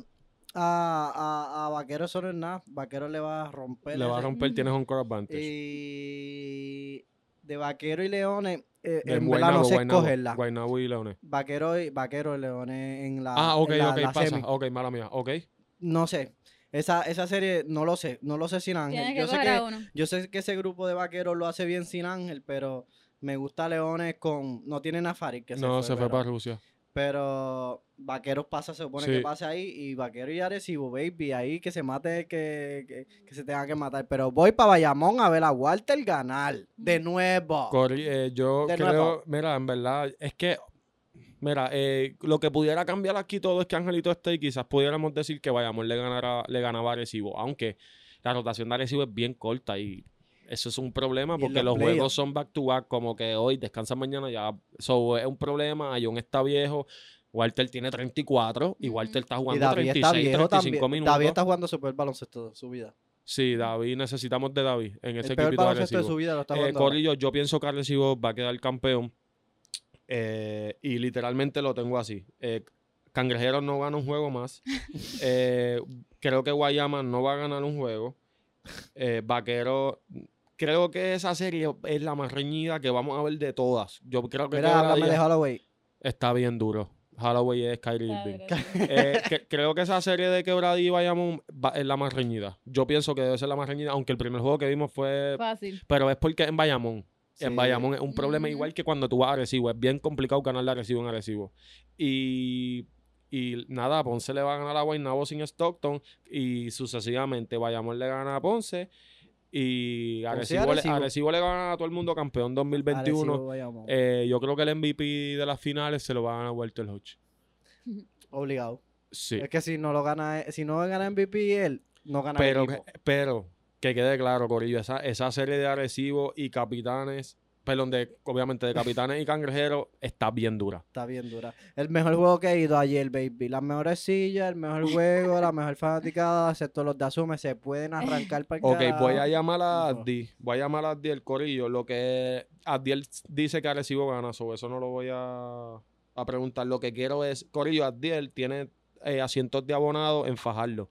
Speaker 2: a, a- a Vaquero, eso no es nada. Vaquero le va a romper.
Speaker 1: Le va a
Speaker 2: ese-
Speaker 1: romper, tienes un core advantage.
Speaker 2: Y de Vaquero y Leones, eh,
Speaker 1: De
Speaker 2: en verdad
Speaker 1: Guaynabo,
Speaker 2: no sé
Speaker 1: Guaynabo,
Speaker 2: escogerla.
Speaker 1: Guaynabo y Leones.
Speaker 2: Vaquero y, vaquero y Leones en la.
Speaker 1: Ah, ok,
Speaker 2: en la-
Speaker 1: ok,
Speaker 2: la
Speaker 1: pasa.
Speaker 2: semi.
Speaker 1: Ok, mala mía. Ok.
Speaker 2: No sé. Esa, esa serie no lo sé. No lo sé sin Ángel.
Speaker 3: Tienes
Speaker 2: Yo
Speaker 3: que
Speaker 2: sé
Speaker 3: coger a
Speaker 2: que,
Speaker 3: uno.
Speaker 2: yo sé que ese grupo de vaqueros lo hace bien sin Ángel, pero me gusta Leones con. No tienen a Farid, que se
Speaker 1: no, se fue
Speaker 2: pero-
Speaker 1: para Rusia.
Speaker 2: Pero Vaqueros pasa, se supone que
Speaker 1: Sí.
Speaker 2: pasa ahí. Y Vaqueros y Arecibo, baby, ahí que se mate, que, que, que se tenga que matar. Pero voy para Bayamón a ver a Walter ganar.
Speaker 3: Mm.
Speaker 2: De nuevo.
Speaker 1: Corri- eh, yo
Speaker 2: Oh. De
Speaker 1: creo,
Speaker 2: nuevo.
Speaker 1: mira, en verdad, es que, mira, eh, lo que pudiera cambiar aquí todo es que Angelito esté y quizás pudiéramos decir que vayamos le, ganara, le ganaba a Arecibo, aunque la rotación de Arecibo es bien corta y eso es un problema
Speaker 2: Y en
Speaker 1: porque
Speaker 2: los
Speaker 1: los juegos
Speaker 2: playoffs.
Speaker 1: son back to back, como que hoy descansan mañana ya, eso es un problema, Ayón está viejo. Walter tiene 34 y
Speaker 3: Ujú.
Speaker 1: Walter está
Speaker 2: y
Speaker 1: jugando
Speaker 2: David está
Speaker 1: 36,
Speaker 2: viejo
Speaker 1: 35
Speaker 2: también.
Speaker 1: minutos.
Speaker 2: David está jugando super baloncesto de su vida.
Speaker 1: Sí, David, necesitamos de David en ese
Speaker 2: el peor
Speaker 1: equipo de
Speaker 2: baloncesto de
Speaker 1: Arecibo.
Speaker 2: su vida lo está
Speaker 1: Eh,
Speaker 2: jugando. ahora.
Speaker 1: Corillo, yo pienso que Arecibo va a quedar campeón. Eh, y literalmente lo tengo así. Eh, Cangrejeros no gana un juego más. Eh, creo que Guayama no va a ganar un juego. Eh, Vaquero, creo que esa serie es la más reñida que vamos a ver de todas. Yo creo que
Speaker 2: Mira,
Speaker 1: Quebradilla
Speaker 2: háblame de Holloway.
Speaker 1: está bien duro. Holloway es Kyrie Irving.
Speaker 3: Padre, sí.
Speaker 1: Eh, que- creo que esa serie de Quebradilla y Bayamón va- es la más reñida. Yo pienso que debe ser la más reñida, aunque el primer juego que vimos fue.
Speaker 3: Fácil.
Speaker 1: Pero es porque es en Bayamón. En
Speaker 2: Sí.
Speaker 1: Bayamón es un problema
Speaker 3: Ujú.
Speaker 1: igual que cuando tú vas a Arecibo. Es bien complicado ganarle a Arecibo en Arecibo. Y, y nada, Ponce le va a ganar a Guaynabo sin Stockton. Y sucesivamente Bayamón le gana a Ponce. Y
Speaker 2: Ponce y
Speaker 1: Arecibo, le-
Speaker 2: Arecibo.
Speaker 1: Arecibo le gana a todo el mundo campeón 2021.
Speaker 2: Arecibo, Bayamón.
Speaker 1: Eh, yo creo que el MVP de las finales se lo va a ganar Walter Hodge.
Speaker 2: Obligado.
Speaker 1: Sí.
Speaker 2: Es que si no lo gana, si no gana MVP él, no gana
Speaker 1: Pero,
Speaker 2: el equipo.
Speaker 1: pero que quede claro, Corillo, esa, esa serie de Arecibo y Capitanes, perdón, de, obviamente de Capitanes y Cangrejeros, está bien dura.
Speaker 2: Está bien dura. El mejor juego que he ido ayer, baby. Las mejores sillas, el mejor juego, la mejor fanaticada, excepto los de Asume, se pueden arrancar para el
Speaker 1: Ok, voy a
Speaker 2: allá.
Speaker 1: llamar a
Speaker 2: Ujú.
Speaker 1: Addi, voy a llamar a Addi el Corillo, lo que Addi dice que Arecibo gana, sobre eso no lo voy a, a preguntar. Lo que quiero es, Corillo, Addiel tiene eh, asientos de abonado en Fajardo.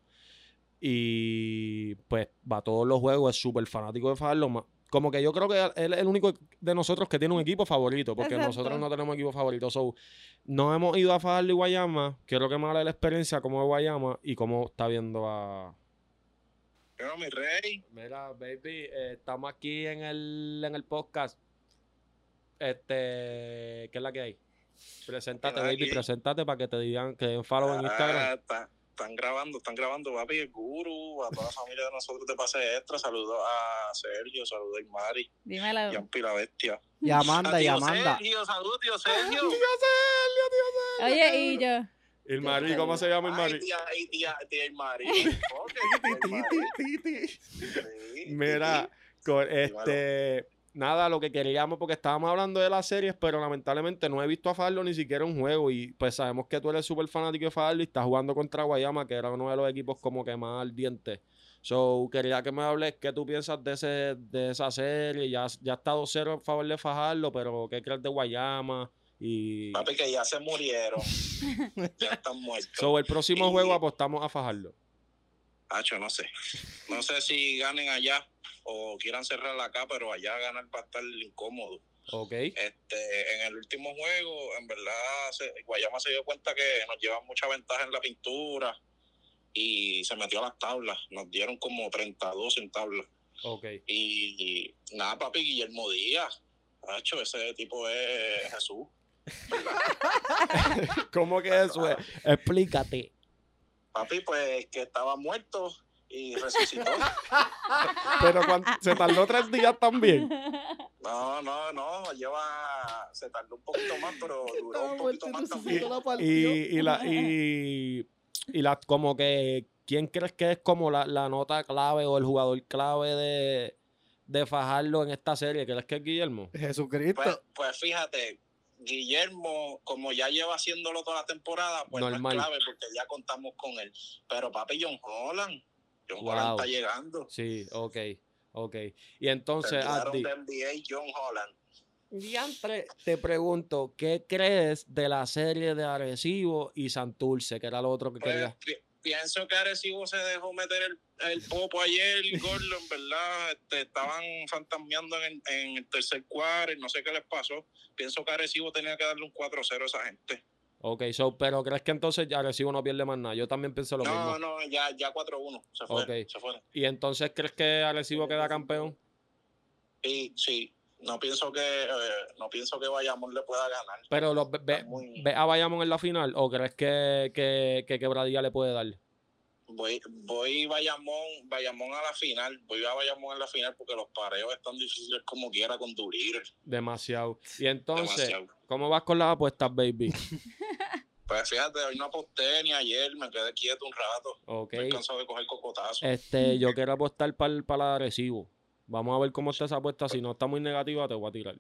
Speaker 1: Y pues va a todos los juegos, es súper fanático de Fajardo. ma- Como que yo creo que él es el único de nosotros que tiene un equipo favorito, porque
Speaker 3: Exacto.
Speaker 1: nosotros no tenemos equipo favorito. So, no hemos ido a Fajardo y Guayama. Quiero que me hable de la experiencia, cómo es Guayama y cómo está viendo a,
Speaker 4: Pero mi rey,
Speaker 1: Mira, baby, eh, estamos aquí en el, en el podcast. Este, ¿qué es la que hay? Preséntate,
Speaker 4: ¿Qué es la
Speaker 1: baby,
Speaker 4: que hay?
Speaker 1: preséntate para que te digan que den follow en
Speaker 4: ah,
Speaker 1: Instagram.
Speaker 4: está- están grabando, están grabando papi el guru, a toda la familia de nosotros de Pase Extra, saludos a Sergio, saludos a Imari
Speaker 3: Dímelo.
Speaker 4: y a Ampi la Bestia.
Speaker 2: Y Amanda,
Speaker 4: A
Speaker 2: y
Speaker 4: tío
Speaker 2: Amanda.
Speaker 4: Sergio, saludos tío Sergio.
Speaker 3: Oye, y yo.
Speaker 1: El Mari, ¿cómo se llama el
Speaker 4: Ay,
Speaker 1: Mari?
Speaker 4: tía, ay, tía, tía Imari. Ok, tía Imari. Sí,
Speaker 1: Mira, co- este, nada, lo que queríamos, porque estábamos hablando de las series, pero lamentablemente no he visto a Farlo ni siquiera un juego. Y pues sabemos que tú eres súper fanático de Farlo y estás jugando contra Guayama, que era uno de los equipos como que más ardientes. So, quería que me hables qué tú piensas de, ese, de esa serie. Ya, ya está 2-0 en favor de Fajardo, pero ¿qué crees de Guayama? Y.
Speaker 4: Papi, que ya se murieron. ya están muertos.
Speaker 1: So, el próximo
Speaker 4: Y-
Speaker 1: juego apostamos a Fajardo.
Speaker 4: Hacho, no sé. No sé si ganen allá o quieran cerrar acá, pero allá ganar va a estar incómodo.
Speaker 1: Ok.
Speaker 4: Este, en el último juego, en verdad, se- Guayama se dio cuenta que nos llevan mucha ventaja en la pintura y se metió a las tablas. Nos dieron como 32 en tablas.
Speaker 1: Ok.
Speaker 4: Y, y nada, papi, Guillermo Díaz. Hacho, ese tipo es Jesús.
Speaker 1: ¿Cómo que eso es? Explícate.
Speaker 4: Papi, pues que estaba muerto y resucitó.
Speaker 1: Pero cuan- se tardó tres días también.
Speaker 4: No, no, no, lleva, se tardó un poquito más, pero duró un poquito más también.
Speaker 1: y, y la y, y la como que quién crees que es como la, la nota clave o el jugador clave de, de fajarlo en esta serie crees que es Guillermo
Speaker 4: Pues,
Speaker 2: Jesucristo.
Speaker 4: pues fíjate, Guillermo, como ya lleva haciéndolo toda la temporada, pues no
Speaker 1: Normal.
Speaker 4: es clave porque ya contamos con él. Pero papi, John Holland, John
Speaker 1: Wow.
Speaker 4: Holland está llegando.
Speaker 1: sí ok ok y entonces
Speaker 4: Terminaron
Speaker 1: Addi,
Speaker 4: de NBA John Holland.
Speaker 1: diantre, te pregunto qué crees de la serie de Arecibo y Santurce que era lo otro que
Speaker 4: Pues,
Speaker 1: quería
Speaker 4: pi- pienso que Arecibo se dejó meter el, el popo ayer, Gordo, en verdad. este, estaban fantasmeando en, en el tercer cuadro y no sé qué les pasó. Pienso que Arecibo tenía que darle un 4-0 a esa gente.
Speaker 1: ok so, pero crees que entonces ya Arecibo no pierde más nada yo también pienso lo
Speaker 4: no,
Speaker 1: mismo
Speaker 4: no, ya, ya 4-1. Se fue.
Speaker 1: Ok.
Speaker 4: Se fue.
Speaker 1: y entonces crees que Arecibo queda campeón
Speaker 4: Sí, sí. No pienso que eh, no pienso que Bayamón le pueda ganar.
Speaker 1: Pero los ve, Pues, ve-
Speaker 4: Está muy-
Speaker 1: ve a Bayamón en la final o crees que, que, que quebradilla le puede dar?
Speaker 4: Voy, voy Bayamón, Bayamón a la final. Voy a Bayamón en la final porque los pareos están difíciles como quiera con Durir.
Speaker 1: Demasiado. Y entonces,
Speaker 4: Demasiado.
Speaker 1: ¿cómo vas con las apuestas, baby?
Speaker 4: Pues fíjate, hoy no aposté ni ayer, me quedé quieto un rato.
Speaker 1: Ok.
Speaker 4: Estoy cansado de coger cocotazos.
Speaker 1: Este, yo quiero apostar para para agresivo. Vamos a ver cómo está esa apuesta. Si no está muy negativa, te voy a tirar.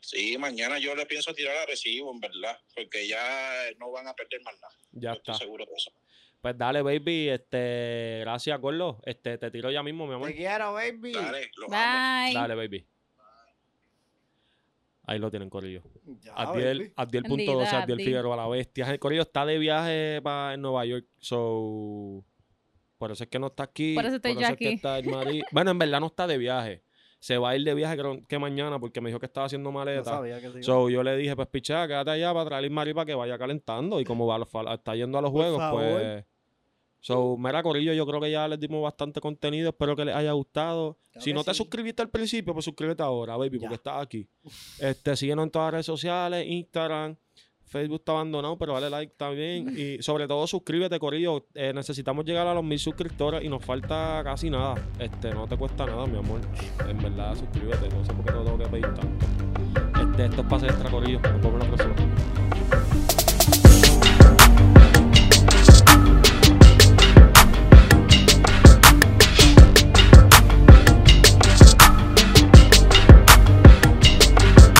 Speaker 4: Sí, mañana yo le pienso tirar a recibo, en verdad, porque ya eh, no van a perder más nada.
Speaker 1: Ya
Speaker 4: Yo estoy
Speaker 1: está.
Speaker 4: seguro de eso.
Speaker 1: Pues dale, baby. Este, gracias, Gorlo. Este, te tiro ya mismo, mi amor.
Speaker 2: Te quiero, baby.
Speaker 4: Dale, los amo.
Speaker 3: Bye.
Speaker 1: Dale, baby. Ahí lo tienen, Corillo.
Speaker 2: Ya,
Speaker 1: Abdiel,
Speaker 2: baby.
Speaker 1: Abdiel.12,
Speaker 3: Bendita,
Speaker 1: Abdiel
Speaker 3: Abdi.
Speaker 1: Figueroa, la bestia. El Corillo está de viaje para Nueva York, so. Por eso es que no está aquí.
Speaker 3: Por eso estoy yo
Speaker 1: es que
Speaker 3: aquí.
Speaker 1: está el mari- bueno, en verdad no está de viaje. Se va a ir de viaje creo que mañana porque me dijo que estaba haciendo
Speaker 2: No
Speaker 1: maleta.
Speaker 2: sabía que se iba.
Speaker 1: So, yo le dije, pues pichá, quédate allá para traer a Mari para que vaya calentando. Y como va, a los fa- está yendo a los
Speaker 2: Por
Speaker 1: juegos,
Speaker 2: favor.
Speaker 1: pues. So, mira, Corillo, yo creo que ya les dimos bastante contenido. Espero que les haya gustado.
Speaker 2: Claro
Speaker 1: si
Speaker 2: que
Speaker 1: no te
Speaker 2: sí.
Speaker 1: suscribiste al principio, pues suscríbete ahora, baby, porque
Speaker 2: Ya.
Speaker 1: estás aquí. Este, síguenos en todas las redes sociales, Instagram. Facebook está abandonado, pero dale like también. Y sobre todo, suscríbete, Corillo. Eh, necesitamos llegar a los mil suscriptores y nos falta casi nada. Este, no te cuesta nada, mi amor. En verdad, suscríbete. No sé por qué te lo tengo que pedir tanto. Este, esto es Pase Extra, Corillo. Nos vemos la próxima.